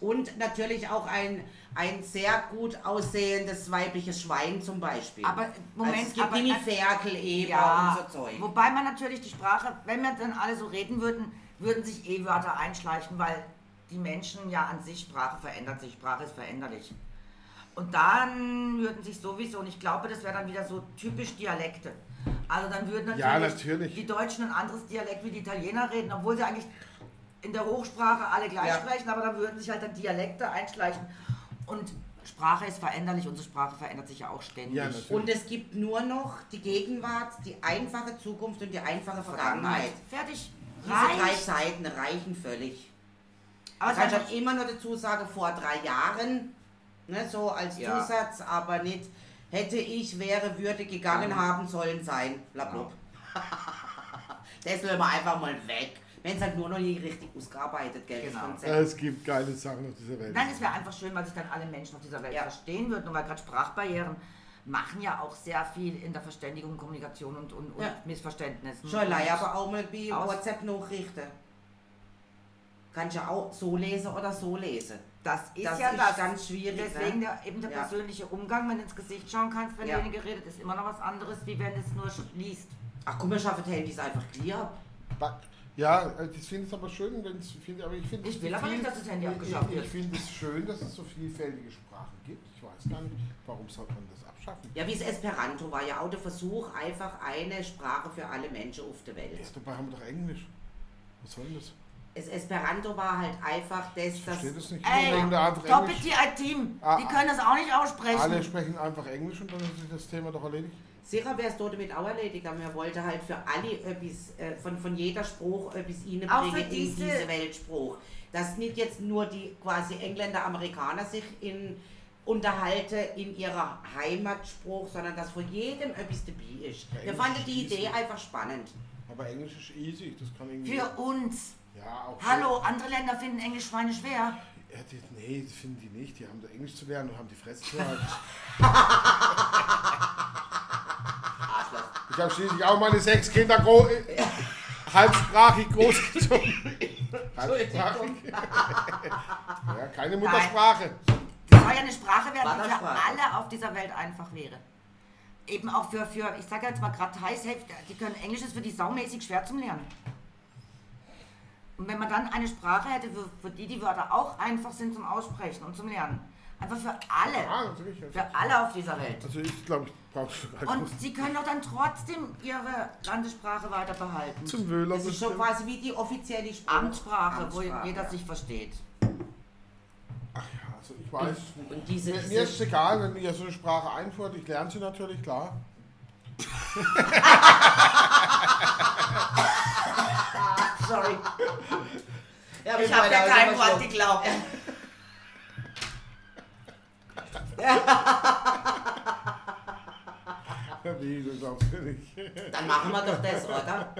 S2: Und natürlich auch ein, ein sehr gut aussehendes weibliches Schwein zum Beispiel.
S4: Aber, Moment,
S2: also es gibt
S4: aber- äh,
S2: Mimi Ferkel, Eber und so Zeug.
S4: wobei man natürlich die Sprache, wenn wir dann alle so reden würden, würden sich eh Wörter einschleichen, weil die Menschen ja an sich Sprache verändert sich, Sprache ist veränderlich. Und dann würden sich sowieso, und ich glaube, das wäre dann wieder so typisch Dialekte. Also dann würden natürlich,
S3: Ja, natürlich.
S4: die Deutschen ein anderes Dialekt wie die Italiener reden, obwohl sie eigentlich in der Hochsprache alle gleich
S2: Ja.
S4: sprechen, aber dann würden sich halt dann Dialekte einschleichen. Und Sprache ist veränderlich, unsere Sprache verändert sich ja auch ständig.
S3: Ja, natürlich.
S2: Und es gibt nur noch die Gegenwart, die einfache Zukunft und die einfache Vergangenheit.
S4: Vergangenheit. Fertig.
S2: Diese drei Seiten reichen völlig.
S4: Aber
S2: Man
S4: es
S2: kann
S4: hat
S2: schon Also immer nur dazu sagen, vor drei Jahren, ne, so als
S4: Ja.
S2: Zusatz, aber nicht, hätte ich, wäre, würde gegangen
S4: Mhm.
S2: haben sollen sein. Blablabla. das lösen wir einfach mal weg. Wenn es halt nur noch nie richtig ausgearbeitet, gell, das
S4: Genau.
S2: Konzept.
S3: Äh, Es gibt geile Sachen auf dieser Welt.
S4: Nein, es wäre einfach schön, weil sich dann alle Menschen auf dieser Welt
S2: Ja.
S4: verstehen würden. Und weil gerade Sprachbarrieren machen ja auch sehr viel in der Verständigung, Kommunikation und, und, und
S2: Ja.
S4: Missverständnissen.
S2: Schon allein aber auch mal bei
S4: Aus-
S2: WhatsApp-Nachrichten. Kannst ja auch so lesen oder so lesen.
S4: das ist
S2: das
S4: ja
S2: ist
S4: das.
S2: ganz schwierig,
S4: Deswegen
S2: ne?
S4: der, eben der
S2: Ja.
S4: persönliche Umgang, wenn du ins Gesicht schauen kannst, wenn
S2: Ja.
S4: derjenige redet, ist immer noch was anderes, wie wenn es nur sch- liest.
S2: Ach guck mal, schaffen die Handys einfach clear.
S3: Ba- Ja, äh, das finde ich aber schön, wenn es. Find, aber ich, find,
S4: Ich will aber nicht, dass das Handy abgeschafft
S3: Ich,
S4: wird.
S3: ich finde es schön, dass es so vielfältige Sprachen gibt. Ich weiß gar nicht, warum sollte man das abschaffen?
S2: Ja, wie es Esperanto war ja auch der Versuch, einfach eine Sprache für alle Menschen auf der Welt.
S3: Erst dabei haben wir doch Englisch. Was soll denn das?
S2: Es Esperanto war halt einfach das,
S3: Ich
S2: das
S3: verstehe das nicht.
S4: Ey,
S3: Wenn wir einfach
S4: doppelt
S3: Englisch-
S4: die IT-Team,
S3: Ah,
S4: die
S3: ah.
S4: können das auch nicht aussprechen.
S3: Alle sprechen einfach Englisch und dann ist sich das Thema doch erledigt.
S2: Sicher wäre es dort damit auch erledigt, aber wir wollten halt für alle etwas, äh, von, von jeder Spruch etwas ihnen
S4: Auch
S2: bringen
S4: für
S2: in
S4: diese-
S2: diese Weltspruch. Dass nicht jetzt nur die quasi Engländer, Amerikaner sich in, unterhalten in ihrer Heimatspruch, sondern dass von jedem etwas dabei ist.
S3: Ja,
S2: wir
S3: Englisch
S2: fanden die
S3: ist
S2: Idee
S3: easy.
S2: einfach spannend.
S3: Aber Englisch ist easy, das kann irgendwie.
S4: Für uns.
S3: ja, auch
S4: Hallo, andere Länder finden Englisch Schweine schwer.
S3: Ja, die, nee, das finden die nicht. Die haben da Englisch zu lernen und haben die Fresse zu halten. ich habe schließlich auch meine sechs Kinder gro äh, halbsprachig großgezogen. halbsprachig. ja, keine Muttersprache.
S4: Das soll ja eine Sprache werden, die für
S2: Wandersprache.
S4: alle auf dieser Welt einfach wäre. Eben auch für, für ich sage jetzt mal gerade Thais, hey, die können Englisch, ist für die saumäßig schwer zum Lernen. Und wenn man dann eine Sprache hätte, für, für die die Wörter auch einfach sind zum Aussprechen und zum Lernen. Einfach für alle.
S3: Ah, natürlich.
S4: Für alle auf dieser Welt.
S3: Also ich glaube, ich brauche sogar
S4: Und
S3: groß-
S4: sie können doch dann trotzdem ihre Landessprache weiter behalten.
S3: zum Wöhler.
S2: Das ist schon quasi wie die offizielle Sprache.
S4: Amtssprache, wo
S2: Amtssprache,
S4: jeder
S2: ja.
S4: sich versteht.
S3: Ja, also ich weiß.
S2: Und diese,
S3: Mir,
S2: diese
S3: mir ist es egal, wenn ihr so eine Sprache einführt. Ich lerne sie natürlich, klar.
S4: Sorry.
S2: Ja,
S4: Ich
S2: wir
S4: habe
S2: wollen
S4: ja
S2: auch
S4: kein
S2: immer
S4: Wort
S2: schlucken.
S4: geglaubt.
S3: Jesus, natürlich.
S2: Dann machen wir doch das, oder?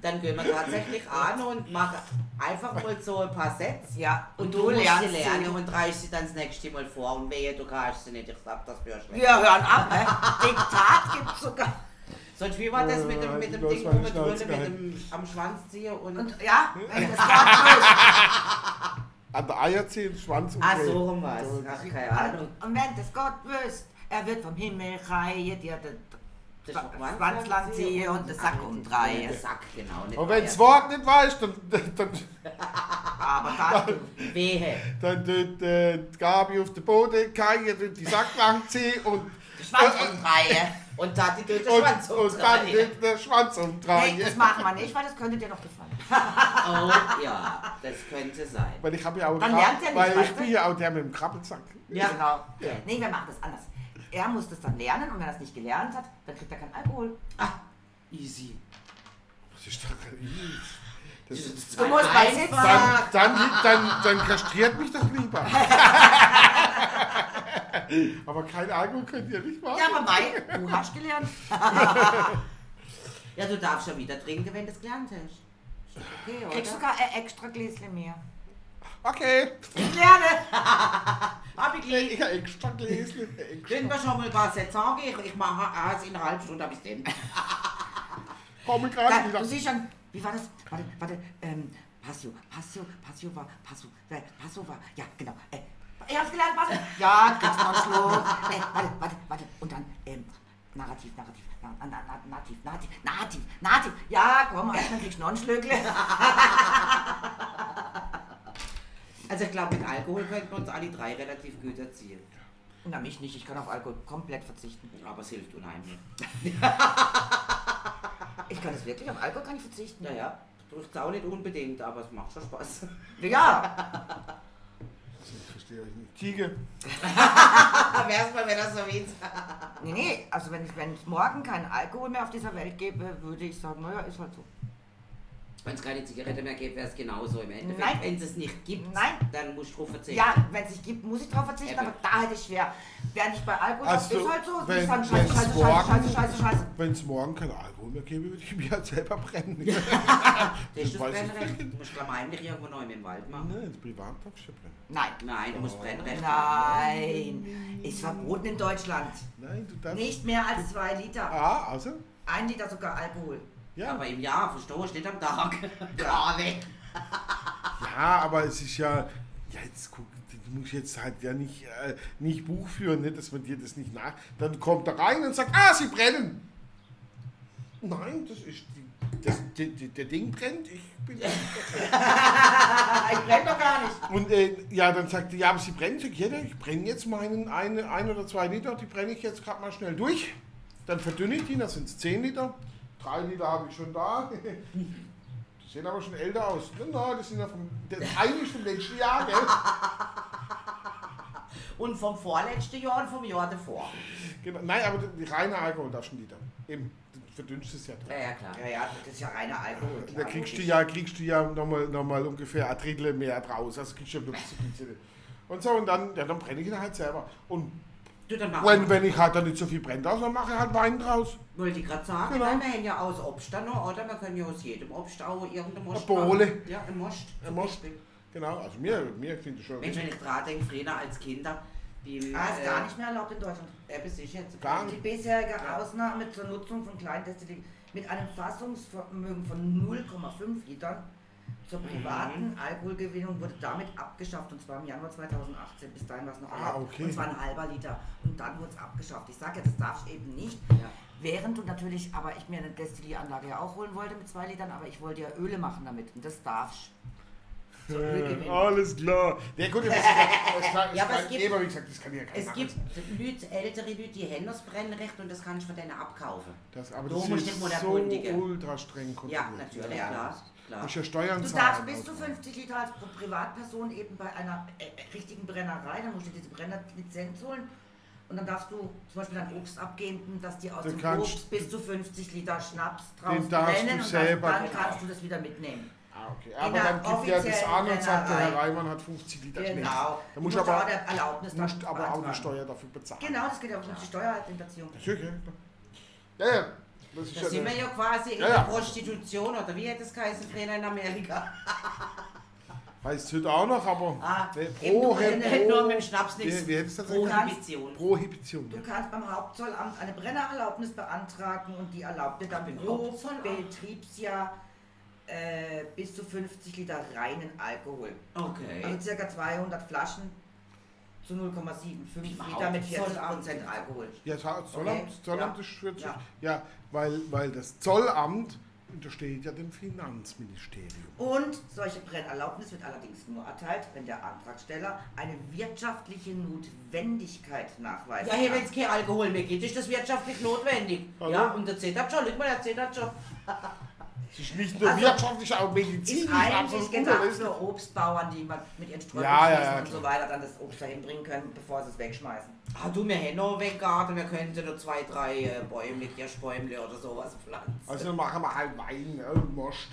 S2: Dann gehen wir tatsächlich an und machen einfach mal so ein paar Sätze.
S4: Ja,
S2: Und du, lernst sie lernen
S4: sie.
S2: und reichst sie dann das nächste Mal vor. Und wehe, du kannst sie nicht. Ich sag, das wäre schlecht.
S4: Wir hören ab. hä? Diktat gibt's sogar.
S2: Sonst wie war das mit dem, mit dem
S3: Ja, ich
S2: Ding
S3: muss meine
S2: rumtun,
S3: Schnauze
S2: mit dem am Schwanz ziehen und...
S4: Und ja, wenn das gerade
S3: An der Eier ziehen, Schwanz
S2: ah,
S3: umdrehen.
S2: so rum war's. Ach, keine
S4: wüsst,
S2: Ahnung.
S4: und wenn das Gott wüsst, er wird vom Himmel reihe dir den
S2: Das ist doch
S4: Schwanzland ziehen und den Sack
S2: Ja,
S4: umdrehen.
S2: der Sack, genau. Nicht
S3: Und wenn das
S2: Eier.
S3: Wort nicht weiß, dann, dann, dann,
S4: Aber da,
S2: Wehe.
S3: dann tut äh, die Gabi auf den Boden, Kaya tut die Sackbank ziehen und,
S4: den Schwanz umdrehe.
S2: Und Tati tut den Schwanz
S3: Äh, und, und dann
S2: umdrehen.
S3: tut der Schwanz umdrehen.
S4: Nee, das machen wir nicht, weil das könnte dir doch gefallen.
S2: Oh, ja, das könnte sein.
S3: Weil ich habe ja auch
S4: Dann
S3: Krab-
S4: lernt er nicht,
S3: Weil ich
S4: weißt du?
S3: bin ja auch der mit dem Krabbelsack.
S2: Ja.
S4: Genau.
S3: Ja.
S4: Nee, wir machen das anders. Er muss das dann lernen und wenn er es nicht gelernt hat, dann kriegt er keinen Alkohol.
S2: Easy.
S3: Das ist doch kein das ist,
S4: Du musst mal sitzen.
S3: dann, dann, dann, dann kastriert mich doch lieber. Aber kein Alkohol könnt ihr nicht machen.
S4: Ja, aber Mai, du hast gelernt.
S2: Ja, du darfst schon wieder trinken, wenn du es gelernt hast.
S4: Okay, oder? Kriegst sogar ein extra Gläschen mehr.
S3: Okay.
S4: Ich lerne.
S2: Hab ich
S3: Ich
S2: gelesen.
S3: habe extra gelesen. Extra.
S2: Können wir schon mal ein paar Sätze sagen? Ich, ich mache alles in einer halben Stunde, hab ich den.
S3: Komm ich
S4: Da,
S3: gerade
S4: du
S3: wieder.
S4: siehst schon, wie war das? Warte, warte, ähm, Passio, Passio, Passio war, Passio, äh, Passio war, ja, genau. Äh, ich hab's gelernt, Passio. Ja, kriegst noch einen Schluck. Äh, warte, warte, warte. Und dann, ähm, Narrativ, Narrativ, na, na, na, Narrativ, Narrativ, Narrativ, Narrativ. Ja, komm, halt, dann kriegst du noch einen Schlückle.
S2: Also ich glaube, mit Alkohol könnten wir uns alle drei relativ gut erziehen.
S4: Na, mich nicht, ich kann auf Alkohol komplett verzichten.
S2: Aber es hilft unheimlich.
S4: Ich kann es wirklich, auf Alkohol kann ich verzichten.
S2: Naja, braucht es auch nicht unbedingt, aber es macht schon Spaß.
S4: Ja,
S3: Ich verstehe euch nicht. Tiege.
S2: Wär's mal, wenn das so ist.
S4: nee, nee, also wenn ich- wenn es morgen keinen Alkohol mehr auf dieser Welt gäbe, würde ich sagen, naja, ist halt so.
S2: Wenn es keine Zigarette mehr gibt, wäre es genauso im Endeffekt.
S4: Nein.
S2: Wenn es es nicht gibt,
S4: Nein.
S2: dann musst du drauf verzichten.
S4: Ja, wenn es sich gibt, muss ich drauf verzichten,
S2: Eben.
S4: aber da hätte ich schwer. Während ich bei Alkohol
S3: Also,
S4: hab, ist halt so,
S3: wenn-
S4: ich sage
S3: wenn's
S4: scheiße, scheiße,
S3: morgen-
S4: scheiße, scheiße, scheiße, scheiße.
S3: Wenn es morgen kein Alkohol mehr gäbe, würde ich mich halt selber brennen.
S2: das ist
S3: das
S2: das
S3: weiß ich
S2: Brennrecht.
S3: nicht.
S2: Du musst glaub ich, heimlich irgendwo neu im Wald machen.
S3: Nein, ins Privat darfst du brennen.
S4: Nein.
S2: Nein, du musst Brennrecht
S4: Nein. Ist verboten in Deutschland.
S3: Nein, du darfst.
S4: Nicht mehr als zwei Liter.
S3: Ah, also?
S4: Ein Liter sogar Alkohol.
S3: Ja.
S2: Aber im Jahr, verstehst du, nicht am Tag. Gar nicht.
S3: Ja, aber es ist ja. Ja, jetzt guck, du musst jetzt halt ja nicht, äh, nicht Buch führen, ne, dass man dir das nicht nach. Dann kommt er rein und sagt, ah, sie brennen! Nein, das ist. Die, das, die, die, der Ding brennt, ich bin.
S4: Ich brenn doch gar nicht.
S3: Und äh, ja, dann sagt er, ja, aber sie brennen, sag ich, ja, ich brenne jetzt meinen eine, ein oder zwei Liter, die brenne ich jetzt gerade mal schnell durch. Dann verdünne ich die, das sind 10 Liter. Drei Liter habe ich schon da. Die sehen aber schon älter aus. Na, na das sind ja vom, das eigentlich vom letzten Jahr, gell?
S2: Und vom vorletzten Jahr und vom Jahr davor.
S3: Genau. Nein, aber die reine Alkohol darfst du nicht haben. Eben, du verdünnst es ja.
S2: Ja, ja, klar.
S4: Ja, ja, das ist ja reiner Alkohol.
S3: Da kriegst du ja, kriegst du ja nochmal noch mal ungefähr ein Drittel mehr draus. Also kriegst du ja bloß ein bisschen. Und so, und dann, ja, dann brenne ich ihn halt selber. Und
S2: Du, dann machen
S3: wenn, wenn ich halt dann nicht so viel brenne draus, dann mache ich halt Wein draus.
S2: Wollte ich gerade sagen,
S3: Genau.
S2: nein, wir haben ja aus Obst dann noch, oder? Wir können ja aus jedem Obst auch irgendein Most
S3: Eine Bohle.
S2: machen. Ja, ein Most.
S3: Ein Most. Genau, also mir, mir klingt das schon
S2: Mensch,
S3: richtig.
S2: wenn ich dran denke, früher als Kinder, beim,
S4: Ah, ist gar
S2: äh,
S4: nicht mehr erlaubt in Deutschland.
S2: Eben, es ist jetzt
S3: Gar
S4: Die bisherige Ausnahme zur Nutzung von Kleintestilling mit einem Fassungsvermögen von 0,5 Litern zur
S3: Mhm.
S4: privaten Alkoholgewinnung wurde damit abgeschafft und zwar im Januar 2018. Bis dahin war es noch
S3: Ah,
S4: erlaubt.
S3: okay.
S4: und zwar ein halber Liter und dann wurde es abgeschafft. Ich sage ja, das darfst du eben nicht.
S2: Ja.
S4: Während du natürlich, aber ich mir eine Destillieranlage ja auch holen wollte mit zwei Litern, aber ich wollte ja Öle machen damit und das darfst du. Zur Ölgewinnung.
S3: Alles klar. Ja gut, das kann,
S2: Ja, aber
S3: das
S2: es
S3: kann,
S2: gibt-
S3: eben, wie gesagt, das kann ja keiner
S2: Es gibt Leute, ältere Leute, die haben das Brennrecht und das kann ich von denen abkaufen.
S3: Das, aber
S2: Du
S3: das
S2: musst
S3: ist
S2: nicht mal der
S3: so
S2: Kundige.
S3: ultra streng kontrolliert.
S2: Ja, natürlich,
S3: Ja.
S2: klar. klar.
S3: Muss ja Steuern
S4: Du
S3: zahlen.
S4: darfst bis zu
S3: auch.
S4: 50 Liter als Pri- Privatperson eben bei einer äh, äh, richtigen Brennerei, dann musst du dir diese Brennerlizenz holen und dann darfst du zum Beispiel dein Obst abgeben, dass die aus
S3: Du
S4: dem
S3: kannst-
S4: Obst bis zu 50 Liter Schnaps draus
S3: Den darfst
S4: brennen
S3: du
S4: und
S3: selber-
S4: dann kannst du das wieder mitnehmen.
S3: Ah, okay. Aber
S4: der
S3: dann gibt er das
S4: offiziellen
S3: an und sagt, der Herr
S4: Brennerei.
S3: Reimann hat 50 Liter Schnaps.
S4: Genau.
S3: Da muss
S4: Du musst
S3: aber,
S4: auch der Erlaubnis
S3: musst
S4: dann
S3: aber auch eine
S4: beantragen.
S3: Steuer dafür bezahlen.
S4: Genau, das geht auch um die Steuerhinterziehung.
S3: Natürlich, ja. Ja, ja. Das ist
S2: Da sind wir
S3: ja
S2: ja quasi in
S3: Ja,
S2: der
S3: ja.
S2: Prostitution, oder wie hätte es geheißen, Trainer in Amerika?
S3: Heißt heute auch noch, aber.
S2: Ah,
S3: Nee,
S2: eben nur-
S3: Prohe-
S2: hätte nur mit dem Schnaps
S3: Wie-
S2: nichts.
S3: Wie hättest du das
S4: Pro-
S3: gesagt?
S2: Prohibition.
S3: Prohibition.
S4: Du kannst beim Hauptzollamt eine Brennererlaubnis beantragen und die erlaubt dir dann
S2: Beim
S4: pro
S2: Hauptzollamt?
S4: Betriebsjahr äh, bis zu 50 Liter reinen Alkohol.
S2: Okay.
S4: Also ca. 200 Flaschen zu 0,75 Liter mit 40% Alkohol.
S3: Ja, Zoll- Zollamt,
S4: Okay.
S3: Zollamt
S4: Ja.
S3: ist schwer zu. Ja,
S4: Ja.
S3: weil, weil das Zollamt untersteht ja dem Finanzministerium.
S4: Und solche Brennerlaubnis wird allerdings nur erteilt, wenn der Antragsteller eine wirtschaftliche Notwendigkeit nachweist.
S2: Ja, hey, wenn es kein Alkohol mehr gibt, ist das wirtschaftlich notwendig.
S3: Hallo?
S2: Ja, und der zählt das schon, schau mal, der zählt das schon.
S3: Es ist nicht nur
S4: Also,
S3: wirtschaftlich, auch medizinisch.
S4: ist eigentlich
S3: absolut
S2: genau.
S4: gedacht
S3: unerlässlich.
S4: für Obstbauern, die mal mit ihren Streuobstwiesen
S3: Ja, ja, ja,
S4: und so weiter dann das Obst dahin bringen können, bevor sie es wegschmeißen.
S2: Ah, du, wir hätten noch einen Garten, wir könnten noch zwei, drei äh, Bäume, Kirschbäume oder sowas pflanzen.
S3: Also dann machen wir halt Wein, ja, und Most.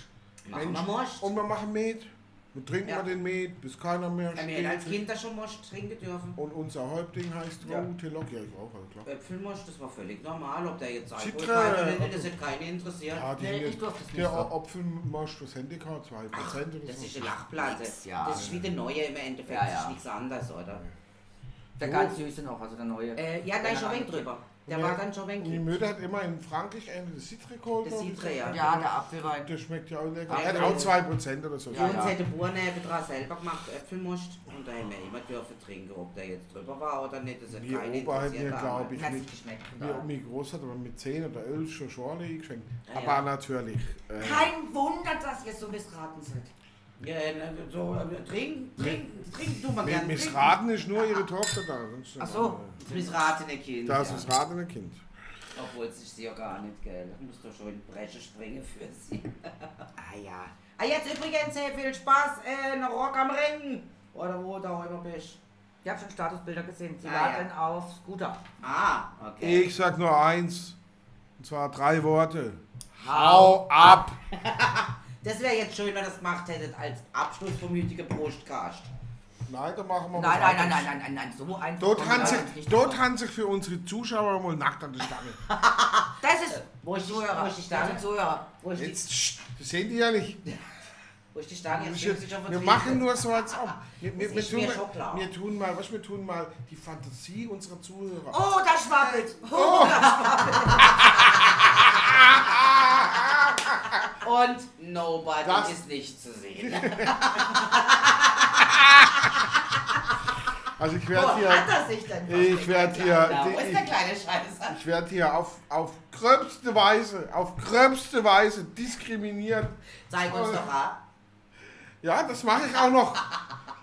S2: Machen wir Most.
S3: Und wir machen Met. Wir trinken
S2: Ja.
S3: wir den Met, bis keiner mehr
S2: Weil wir hätten als
S3: steht.
S2: Kind da schon Most trinken dürfen.
S3: Und unser Häuptling heißt
S4: Ja.
S3: Rote Lok. Ja, ich auch, ja, klar.
S2: Äpfelmost, das war völlig normal, ob der jetzt Alkohol
S3: Zitrone,
S2: hat oder nicht,
S3: okay.
S2: das hat keinen interessiert.
S3: Ja, Ah, die
S2: Nee,
S3: haben
S2: ich
S3: jetzt-
S2: durfte es nicht
S3: der
S2: so.
S3: Apfelmost, was haben die gehabt? 2%
S2: Ach,
S3: oder
S2: das
S3: so.
S2: ist eine Lachplatte.
S4: Mhm. Nix, ja.
S2: Das ist wie der neue im Endeffekt,
S4: Ja,
S2: das ist
S4: ja. Mhm.
S2: nichts anderes, oder?
S4: Der ganz süße noch, also der neue.
S2: Äh, ja,
S3: Genau.
S2: da ist schon ein
S4: Keine
S2: wenig drüber. Der
S3: Und
S2: war
S3: der-
S2: dann schon ein
S3: Und die
S2: wenig
S3: Mütter hat immer in Frankreich einen Citre geholt.
S2: Das
S3: oder?
S2: Citre, ja.
S4: Ja, der Apfelwein.
S3: Der schmeckt ja auch lecker.
S2: Ja,
S3: Er hat
S2: ja.
S3: auch 2% oder so.
S2: Ja,
S4: Ah, ja.
S2: uns hat der Bauer neben dran selber gemacht, Äpfelmost. Und da haben wir immer dürfen trinken, ob der jetzt drüber war oder nicht. Das hat
S3: Mir
S2: keinen
S3: Opa hat mir,
S2: interessiert
S3: glaube ich,
S4: Hat sich
S3: mit,
S4: geschmeckt.
S3: mir, mir groß hat aber mit 10 oder 11 schon Schorle eingeschenkt.
S4: Ah,
S2: Ja,
S3: aber
S2: ja.
S3: natürlich. Äh,
S4: Kein Wunder, dass ihr so missraten seid.
S2: Ja, ne, so, äh, trinken, trinken, trinken tun wir
S3: mit
S2: gerne.
S3: missraten ist nur ihre Tochter da. sonst-
S4: Ach so.
S2: Das missratene Kind.
S3: Da ist
S2: ja.
S3: das ratende Kind.
S2: Obwohl es ist sie ja gar nicht, gell. Ich muss doch schon in die Bresche springen für sie.
S4: Ah ja.
S2: Ah, jetzt übrigens, hey, viel Spaß, äh, noch Rock am Ring. Oder wo du auch immer bist.
S4: Ich habe schon Statusbilder gesehen. Sie
S2: Ah,
S4: warten
S2: ja.
S4: auf Scooter.
S2: Ah, okay.
S3: Ich sag nur eins. Und zwar drei Worte.
S2: Hau
S3: Hau ab!
S2: Das wäre jetzt schön, wenn ihr das gemacht hättet als Abschluss vom heutigen Brustkast.
S3: Nein, da machen
S2: Oh,
S3: wir
S4: Nein,
S3: was
S4: nein, nein,
S3: anderes.
S4: nein, nein, nein, nein, so einfach.
S3: Dort
S4: kommt
S3: haben,
S4: das
S3: sich,
S4: nicht
S3: dort
S4: raus.
S3: haben sich für unsere Zuschauer mal nackt an der Stange.
S4: Das ist.
S2: Äh, Wo ist die-
S4: Zuhörer.
S2: wo ist die Stange?
S4: Das sind Zuhörer.
S2: Wo ist, die,
S3: Jetzt, sch- das sehen die ja nicht.
S2: wo ist die Stange? Jetzt
S3: Wir,
S2: bin ich schon
S3: wir
S2: vertrieben.
S3: machen nur so, als ob. Wir, wir,
S2: Das
S3: wir,
S2: ist
S3: tun
S2: mir schon
S3: mal,
S2: klar.
S3: wir tun mal, was wir tun mal, die Fantasie unserer Zuhörer.
S4: Oh, da schwabbelt.
S2: Und Nobody
S3: Das-
S2: ist nicht zu sehen.
S3: Also ich
S4: Wo
S3: werde
S4: oh, hat
S3: hier,
S4: er sich denn
S3: ich werde
S2: Da, wo ist der
S3: hier,
S2: kleine Scheißer?
S3: ich werde hier auf, auf gröbste Weise, auf gröbste Weise diskriminiert.
S2: Zeig uns doch an.
S3: Ja, das mache ich auch noch,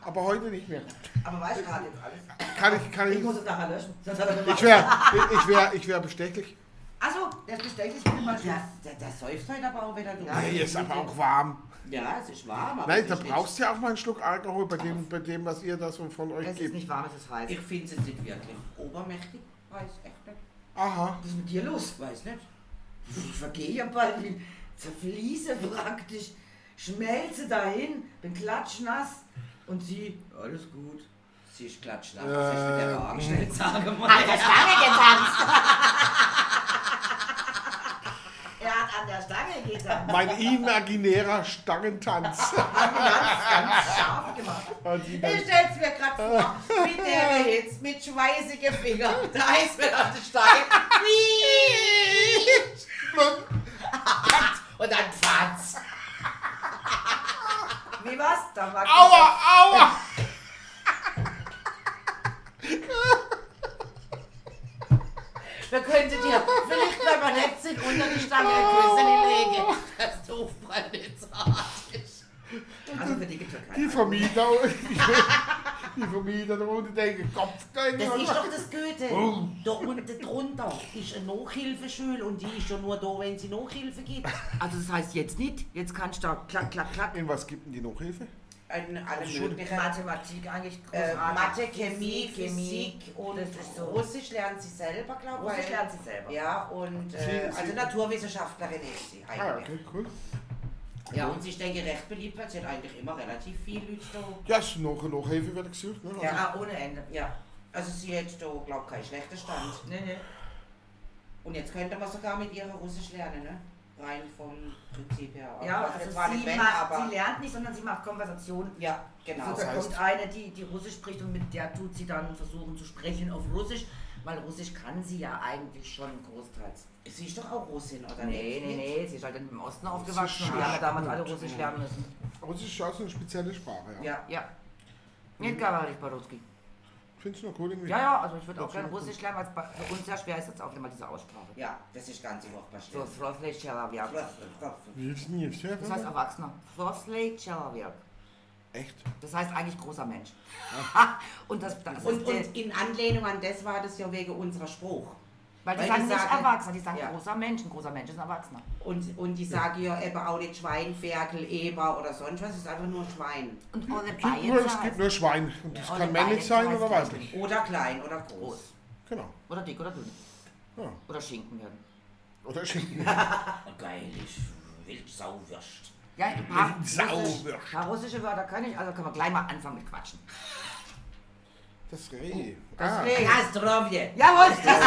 S3: aber heute nicht mehr.
S4: Aber weißt du gerade jetzt alles?
S3: Kann ich, kann ich,
S4: Ich muss es nachher löschen. Das hat er
S3: ich
S4: gemacht.
S3: wäre, ich wäre, ich wäre bestechlich.
S4: Achso, das bestechlich bin ich mal schon.
S2: Der, der, der säuft heute halt aber auch wieder durch.
S3: Nee, ist aber auch warm.
S2: Ja, es ist warm, aber
S3: Nein,
S2: es
S3: da
S2: ist jetzt-
S3: brauchst du ja auch mal einen Schluck Alkohol bei dem, bei dem, was ihr da so von euch
S4: Es ist
S3: gebt.
S4: nicht warm, es ist heiß.
S2: Ich finde es jetzt nicht wirklich obermächtig. Weiß echt nicht.
S3: Aha.
S4: Was ist mit dir los?
S2: Weiß nicht.
S4: Ich vergehe ja bald, ich zerfließe praktisch, schmelze dahin, bin klatschnass und sie, alles gut.
S2: Sie ist klatschnass. Das ist mit der
S3: Ähm.
S2: Wagenstelle, sage mal.
S4: Stange getanzt! er hat an der Stange getanzt.
S3: Mein imaginärer Stangentanz.
S4: Scharf gemacht.
S3: Die
S2: Ich stell's mir grad vor, mit der Hitze, mit schweißigen Fingern, da ist mir an den Stein. Und dann Fatz.
S4: Wie war's? Da war
S3: Aua, aua!
S2: Man könnte dir vielleicht, wenn man nett sind, unter die Stange ein Küsschen legen, dass der Aufprall nicht so hart ist.
S4: Also für die gibt es ja
S3: Die
S4: keinen.
S3: Vermieter, die Vermieter da unten denken, Kopf, denken,
S2: Das ist
S3: was-
S2: doch das Goethe. Da unten drunter ist eine Nachhilfeschule und die ist ja nur da, wenn sie Nachhilfe gibt.
S4: Also das heißt jetzt nicht, jetzt kannst du da klack, klack, klack.
S3: In was gibt denn die noch Hilfe?
S2: Ein, also alle möglichen.
S4: Mathematik eigentlich
S2: Äh,
S4: großartig.
S2: Mathe, Chemie,
S4: Chemie.
S2: Physik und
S4: Das ist so.
S2: Russisch lernt sie selber, glaube ich.
S4: Russisch lernt sie selber.
S2: Ja, und äh,
S3: Sie-
S2: also
S3: sie-
S2: Ah, Naturwissenschaftlerin ist sie eigentlich.
S3: Ah, okay, cool.
S2: Ja, und sie ist, denke ich, recht beliebt, weil sie hat eigentlich immer relativ viel Leute da.
S3: Ja, es ist noch genug Hilfe wird gesucht, ne?
S4: Ja, ah, ohne Ende.
S2: Ja, also sie hat da, glaube ich, keinen schlechten Stand.
S4: Nee, nee.
S2: Und jetzt könnte man sogar mit ihrer Russisch lernen, ne? Rein vom Prinzip her.
S4: Ja,
S2: Also
S4: also
S2: das war
S4: sie,
S2: nicht wenn,
S4: macht,
S2: aber-
S4: sie lernt nicht, sondern sie macht Konversationen.
S2: Ja, genau.
S4: Also da
S3: heißt-
S4: kommt eine, die, die Russisch spricht und mit der tut sie dann versuchen zu sprechen auf Russisch, weil Russisch kann sie ja eigentlich schon großteils.
S2: Sie ist doch auch Russin, oder
S4: Nee,
S2: nicht?
S4: nee, nee, sie ist halt im Osten aufgewachsen und wir haben ja
S3: stimmt,
S4: damals alle Russisch
S3: ja.
S4: lernen müssen.
S3: Aber es ist ja auch so eine spezielle Sprache, ja.
S2: Ja,
S4: Ja. Nicht Gabarich Barutski.
S3: Ich finde es noch cool irgendwie.
S4: Ja, ja, also ich würde auch
S3: Trotzdem
S4: gerne
S3: cool.
S4: Russisch lernen, weil es bei- für uns sehr schwer ist, jetzt auch immer diese Aussprache.
S2: ja, das ist ganz furchtbar
S4: So,
S2: schlimm.
S4: Sroslej Chelaviak.
S3: Wie ist denn jetzt?
S4: Das heißt Erwachsener. Sroslej Chelaviak.
S3: Echt?
S4: Das heißt eigentlich großer Mensch. und das, das
S2: Und,
S4: ist der-
S2: und in Anlehnung an das war das ja wegen unserer Spruch.
S4: Weil die
S2: Weil
S4: sagen
S2: die
S4: nicht
S2: sagen-
S4: Erwachsener, die sagen
S2: Ja.
S4: großer Mensch. Ein großer Mensch ist ein Erwachsener.
S2: Und, und die sagen ja eben auch nicht Schwein, Ferkel, Eber oder sonst was, es ist einfach nur Schwein.
S4: Und ohne
S3: Gibt nur,
S4: Bayern
S3: es gibt nur Schwein. Und das
S4: Ja,
S3: kann
S4: und
S3: männlich
S4: Bayern
S3: sein oder
S4: weiß
S3: weiblich.
S4: ich
S2: Oder klein oder groß.
S3: Genau.
S4: Oder dick oder dünn.
S3: Ja.
S4: Oder Schinken werden.
S3: Oder Schinken.
S2: Geil, ich will Sauwürst.
S4: Ja, ein paar
S3: Sau
S4: russisch,
S3: wirst.
S4: paar russische Wörter kann ich, also können wir gleich mal anfangen mit Quatschen.
S3: Das Reh.
S4: Das
S3: Ah.
S4: Reh.
S2: Kastrovje.
S4: Jawohl, das.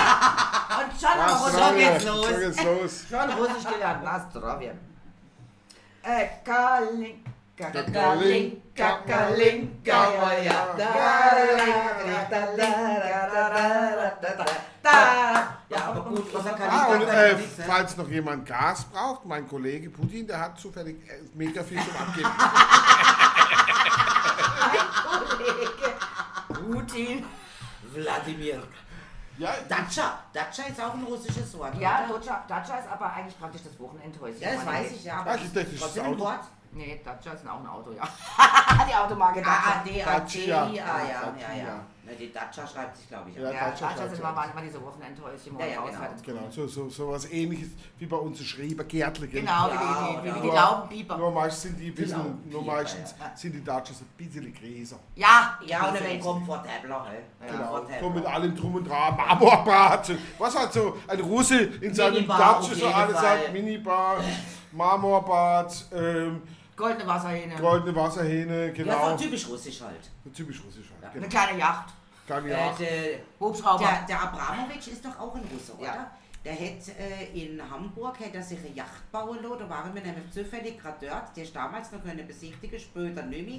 S4: Und schon haben wir
S3: Was
S4: Russisch gelernt.
S2: los.
S3: So geht's los.
S4: Schon Russisch gelernt. Nastrovien. Äh, Kalinka.
S2: Kalinka, Kalinka, ja. Ja, aber gut, was er kann ne?
S3: Ah, und
S2: ich
S3: äh, falls noch jemand Gas braucht, mein Kollege Putin, der hat zufällig äh, mega viel zum Abgeben.
S4: Putin.
S2: Wladimir.
S3: ja,
S2: Datscha. Datscha ist auch ein russisches Wort.
S4: Ja,
S2: oder?
S4: Dacia, Dacia ist aber eigentlich praktisch das Wochenendhäuschen.
S2: ja Ah, das weiß ich ja. Aber
S3: Das ist technisches
S2: trotzdem ein
S3: Auto.
S2: Wort.
S4: Nee, Dacia ist auch ein Auto, ja. Die Automarke Dacia.
S2: A, A, Ah, D, A, T,
S3: Dacia.
S2: I, A, ja, ja, ja.
S3: Dacia.
S2: Na, die Datscha schreibt sich, glaube ich.
S3: Ja.
S2: Ja.
S4: Ja,
S3: Dacia
S4: Dacia
S3: schreibt's
S4: sind
S3: ja.
S4: immer, waren immer diese Wochenendhäuschen, wo
S2: Ja,
S4: man
S2: ja, genau.
S4: rausfährt.
S3: genau, so, so, so was ähnliches wie bei uns ein Schreiber, Gärtle. gell?
S4: Genau, wie
S2: Ja,
S4: die, die, wie die
S2: oder-
S4: Laubenpieper.
S3: Nur meistens sind die ein bisschen,
S2: Laubenpieper,
S3: nur meistens
S2: Genau. ja.
S3: sind die Dutchers ein bisschen gräser.
S4: Ja, genau.
S2: Ja, und ein komfortabler, he?
S3: Genau,
S2: Komfortabler.
S3: so mit allem Drum und Dran, Marmorbad, was hat so ein Russe in seinem
S2: Minibar auf
S3: Dutch so
S2: jeden
S3: alles
S2: Fall.
S3: sagt, Minibar, Marmorbad, ähm,
S4: Goldene Wasserhähne.
S3: goldene Wasserhähne,
S2: Ja,
S3: genau.
S2: so typisch russisch halt.
S3: Typisch russisch halt. Genau.
S4: Eine kleine Yacht.
S3: Kleine
S2: Äh,
S3: Jagd.
S2: der-
S4: Hubschrauber.
S2: Der, der Abramovic ist doch auch ein Russe, oder?
S4: Ja.
S2: Der hätte äh, in Hamburg hätte er sich eine Yacht bauen lassen, da waren wir nämlich zufällig gerade dort, die ist damals noch können besichtigen, später nicht mehr.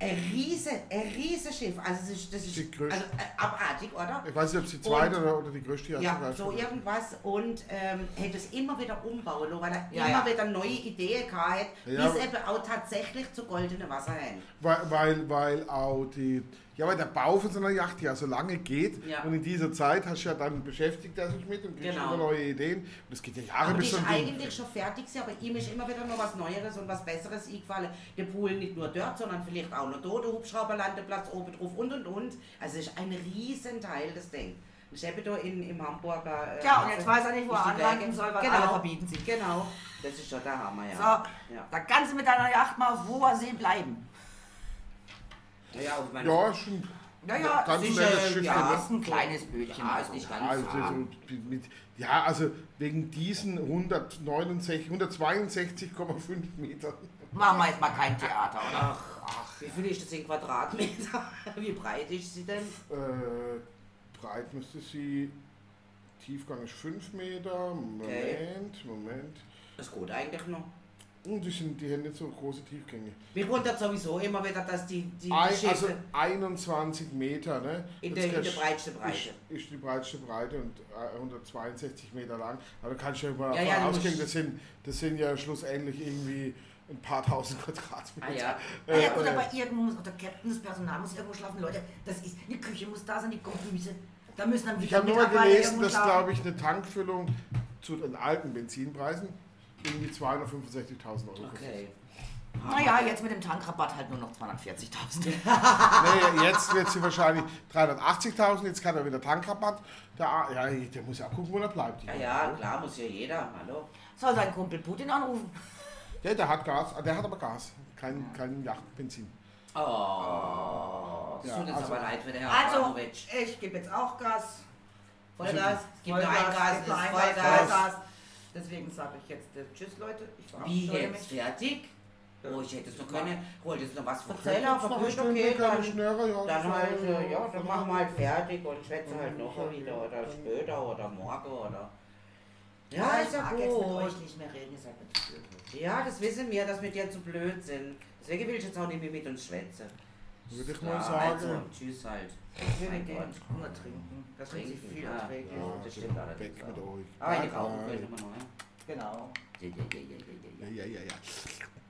S2: Ein riese, ein riese Schiff, also das ist, das ist
S3: Die größte.
S2: also, äh, abartig, oder?
S3: Ich weiß nicht, ob sie zweite
S2: Und-
S3: oder, oder die größte Jagd
S2: Ja,
S3: sogar
S2: so
S3: schon-
S2: irgendwas und ähm, hätte es immer wieder umbauen lassen, weil er
S4: Ja,
S2: immer
S4: ja.
S2: wieder neue Ideen gehabt hat,
S3: Ja.
S2: bis eben auch tatsächlich zu goldenen Wasser hin.
S3: Weil, weil, weil auch die, ja, weil der Bau von so einer Yacht ja so lange geht
S2: Ja.
S3: und in dieser Zeit hast du ja dann beschäftigt er sich mit und kriegst
S2: Genau.
S3: immer neue Ideen und es geht ja Jahre
S2: Aber die
S3: bis
S2: ist
S3: zum
S2: eigentlich schon fertig, gewesen, aber ihm ist immer wieder noch was Neueres und was Besseres eingefallen. Der Pool nicht nur dort, sondern vielleicht auch noch dort, der Hubschrauberlandeplatz oben drauf und und und. Also es ist ein riesen Teil, das Ding. Und Ich habe da in, im Hamburger. äh,
S4: Tja, und jetzt
S2: Hafen
S4: weiß er nicht, wo
S2: ist die
S4: er anlegen
S2: Berge.
S4: soll, weil
S2: genau.
S4: alle verbieten sie.
S2: Genau, das ist schon der Hammer,
S4: So,
S2: ja. Ja,
S4: da kannst du mit deiner Yacht mal auf hoher See bleiben.
S2: ja und meine
S3: Ja, schon.
S4: Naja,
S3: Ganz
S4: sicher,
S3: schnelles Schiff,
S4: ja,
S3: ja.
S4: ist ein kleines Bötchen.
S2: Ja,
S4: also.
S2: ist nicht
S3: Ja,
S2: ganz
S3: also,
S2: so.
S3: so mit, ja, also wegen diesen 169 162,5 Metern.
S4: Machen wir jetzt mal kein Theater, oder?
S2: Ach, ach, wie viel ist das in Quadratmeter? Wie breit ist sie denn?
S3: Äh, breit müsste sie. Tiefgang ist 5 Meter. Moment,
S2: Okay.
S3: Moment.
S2: Das geht eigentlich noch.
S3: Und die, sind, die haben nicht so große Tiefgänge.
S2: Mich wundert sowieso immer wieder, dass die, die, die
S3: Ein,
S2: Schiffe.
S3: also 21 Meter, ne?
S2: In
S3: Das
S2: der, in der
S3: kannst-
S2: breitsten Breite.
S3: Ist, ist die breiteste Breite und äh, 162 Meter lang. Aber da kannst du ja mal
S2: Ja, ja,
S3: davon
S2: du
S3: ausgehen,
S2: musst-
S3: das sind, das sind ja schlussendlich irgendwie ein paar tausend Quadratmeter.
S2: Ah ja.
S4: Ja, ja gut,
S3: äh,
S4: aber irgendwo muss auch der Captain, das Personal muss irgendwo schlafen. Leute, das ist, die Küche muss da sein, die Kombüse. Da müssen dann
S3: Ich
S4: wieder
S3: habe nur mal
S4: Mitarbeiter
S3: gelesen,
S4: irgendwo
S3: dass,
S4: schlafen.
S3: glaube ich, eine Tankfüllung zu den alten Benzinpreisen irgendwie 265.000 Euro kostet.
S2: Okay.
S4: Naja, jetzt mit dem Tankrabatt halt nur noch 240.000.
S3: Naja, jetzt wird sie wahrscheinlich 380.000, jetzt kann er wieder Tankrabatt. Der, A- ja, der muss ja auch gucken, wo er bleibt.
S2: Ja, ja, klar, muss ja jeder. Hallo.
S4: Soll sein Kumpel Putin anrufen.
S3: Der, der hat Gas, ah, der hat aber Gas, kein, kein Yachtbenzin.
S2: Oh, das
S3: Ja,
S2: tut uns
S3: also-
S2: aber leid für den Herrn
S4: Also,
S2: Abramovic.
S4: ich gebe jetzt auch Gas.
S2: Vollgas, gib nur ein Gas,
S4: gib nur
S2: das ist
S4: ein Gas,
S2: Vollgas.
S4: Vollgas. Deswegen sage ich jetzt äh, Tschüss, Leute. Ich
S2: Wie
S4: verabschiede
S2: jetzt
S4: mich.
S2: fertig? Oh, ich hätte es noch keine. Oh, das ist noch was
S3: Jetzt
S2: erzählen, aber
S3: noch
S2: gut,
S3: eine
S2: okay,
S3: Stunde, kleine
S2: dann,
S3: Schnörre, ja, das
S2: dann
S3: war
S2: halt,
S3: ja-
S2: äh, ja, dann machen wir halt fertig und schwätzen halt
S3: Ja,
S2: noch wieder oder
S3: dann-
S2: später oder morgen oder.
S4: Ja,
S2: Ja,
S4: ich
S2: ist ja
S4: mag jetzt mit
S2: gut.
S4: euch nicht mehr reden, ihr seid mir zu blöd.
S2: Ja, das wissen wir, dass wir dir zu blöd sind. Deswegen will ich jetzt auch nicht mehr mit uns schwätzen.
S3: Würde ich
S2: Ja,
S3: mal sagen.
S2: Also, tschüss halt.
S4: Ich will
S2: Mein
S4: mit denen
S2: Gott.
S4: nur trinken. Das trinken
S2: Trinken,
S4: viel
S2: ja.
S4: erträglich.
S2: Ja.
S3: Ja,
S2: das stimmt allerdings
S3: Weg mit
S2: auch.
S3: euch.
S2: Ah,
S3: Bye,
S2: die Augen
S3: bye.
S2: können wir noch.
S4: Genau.
S2: Ja, ja, ja, ja, ja, ja.
S3: Ja, ja, ja, ja.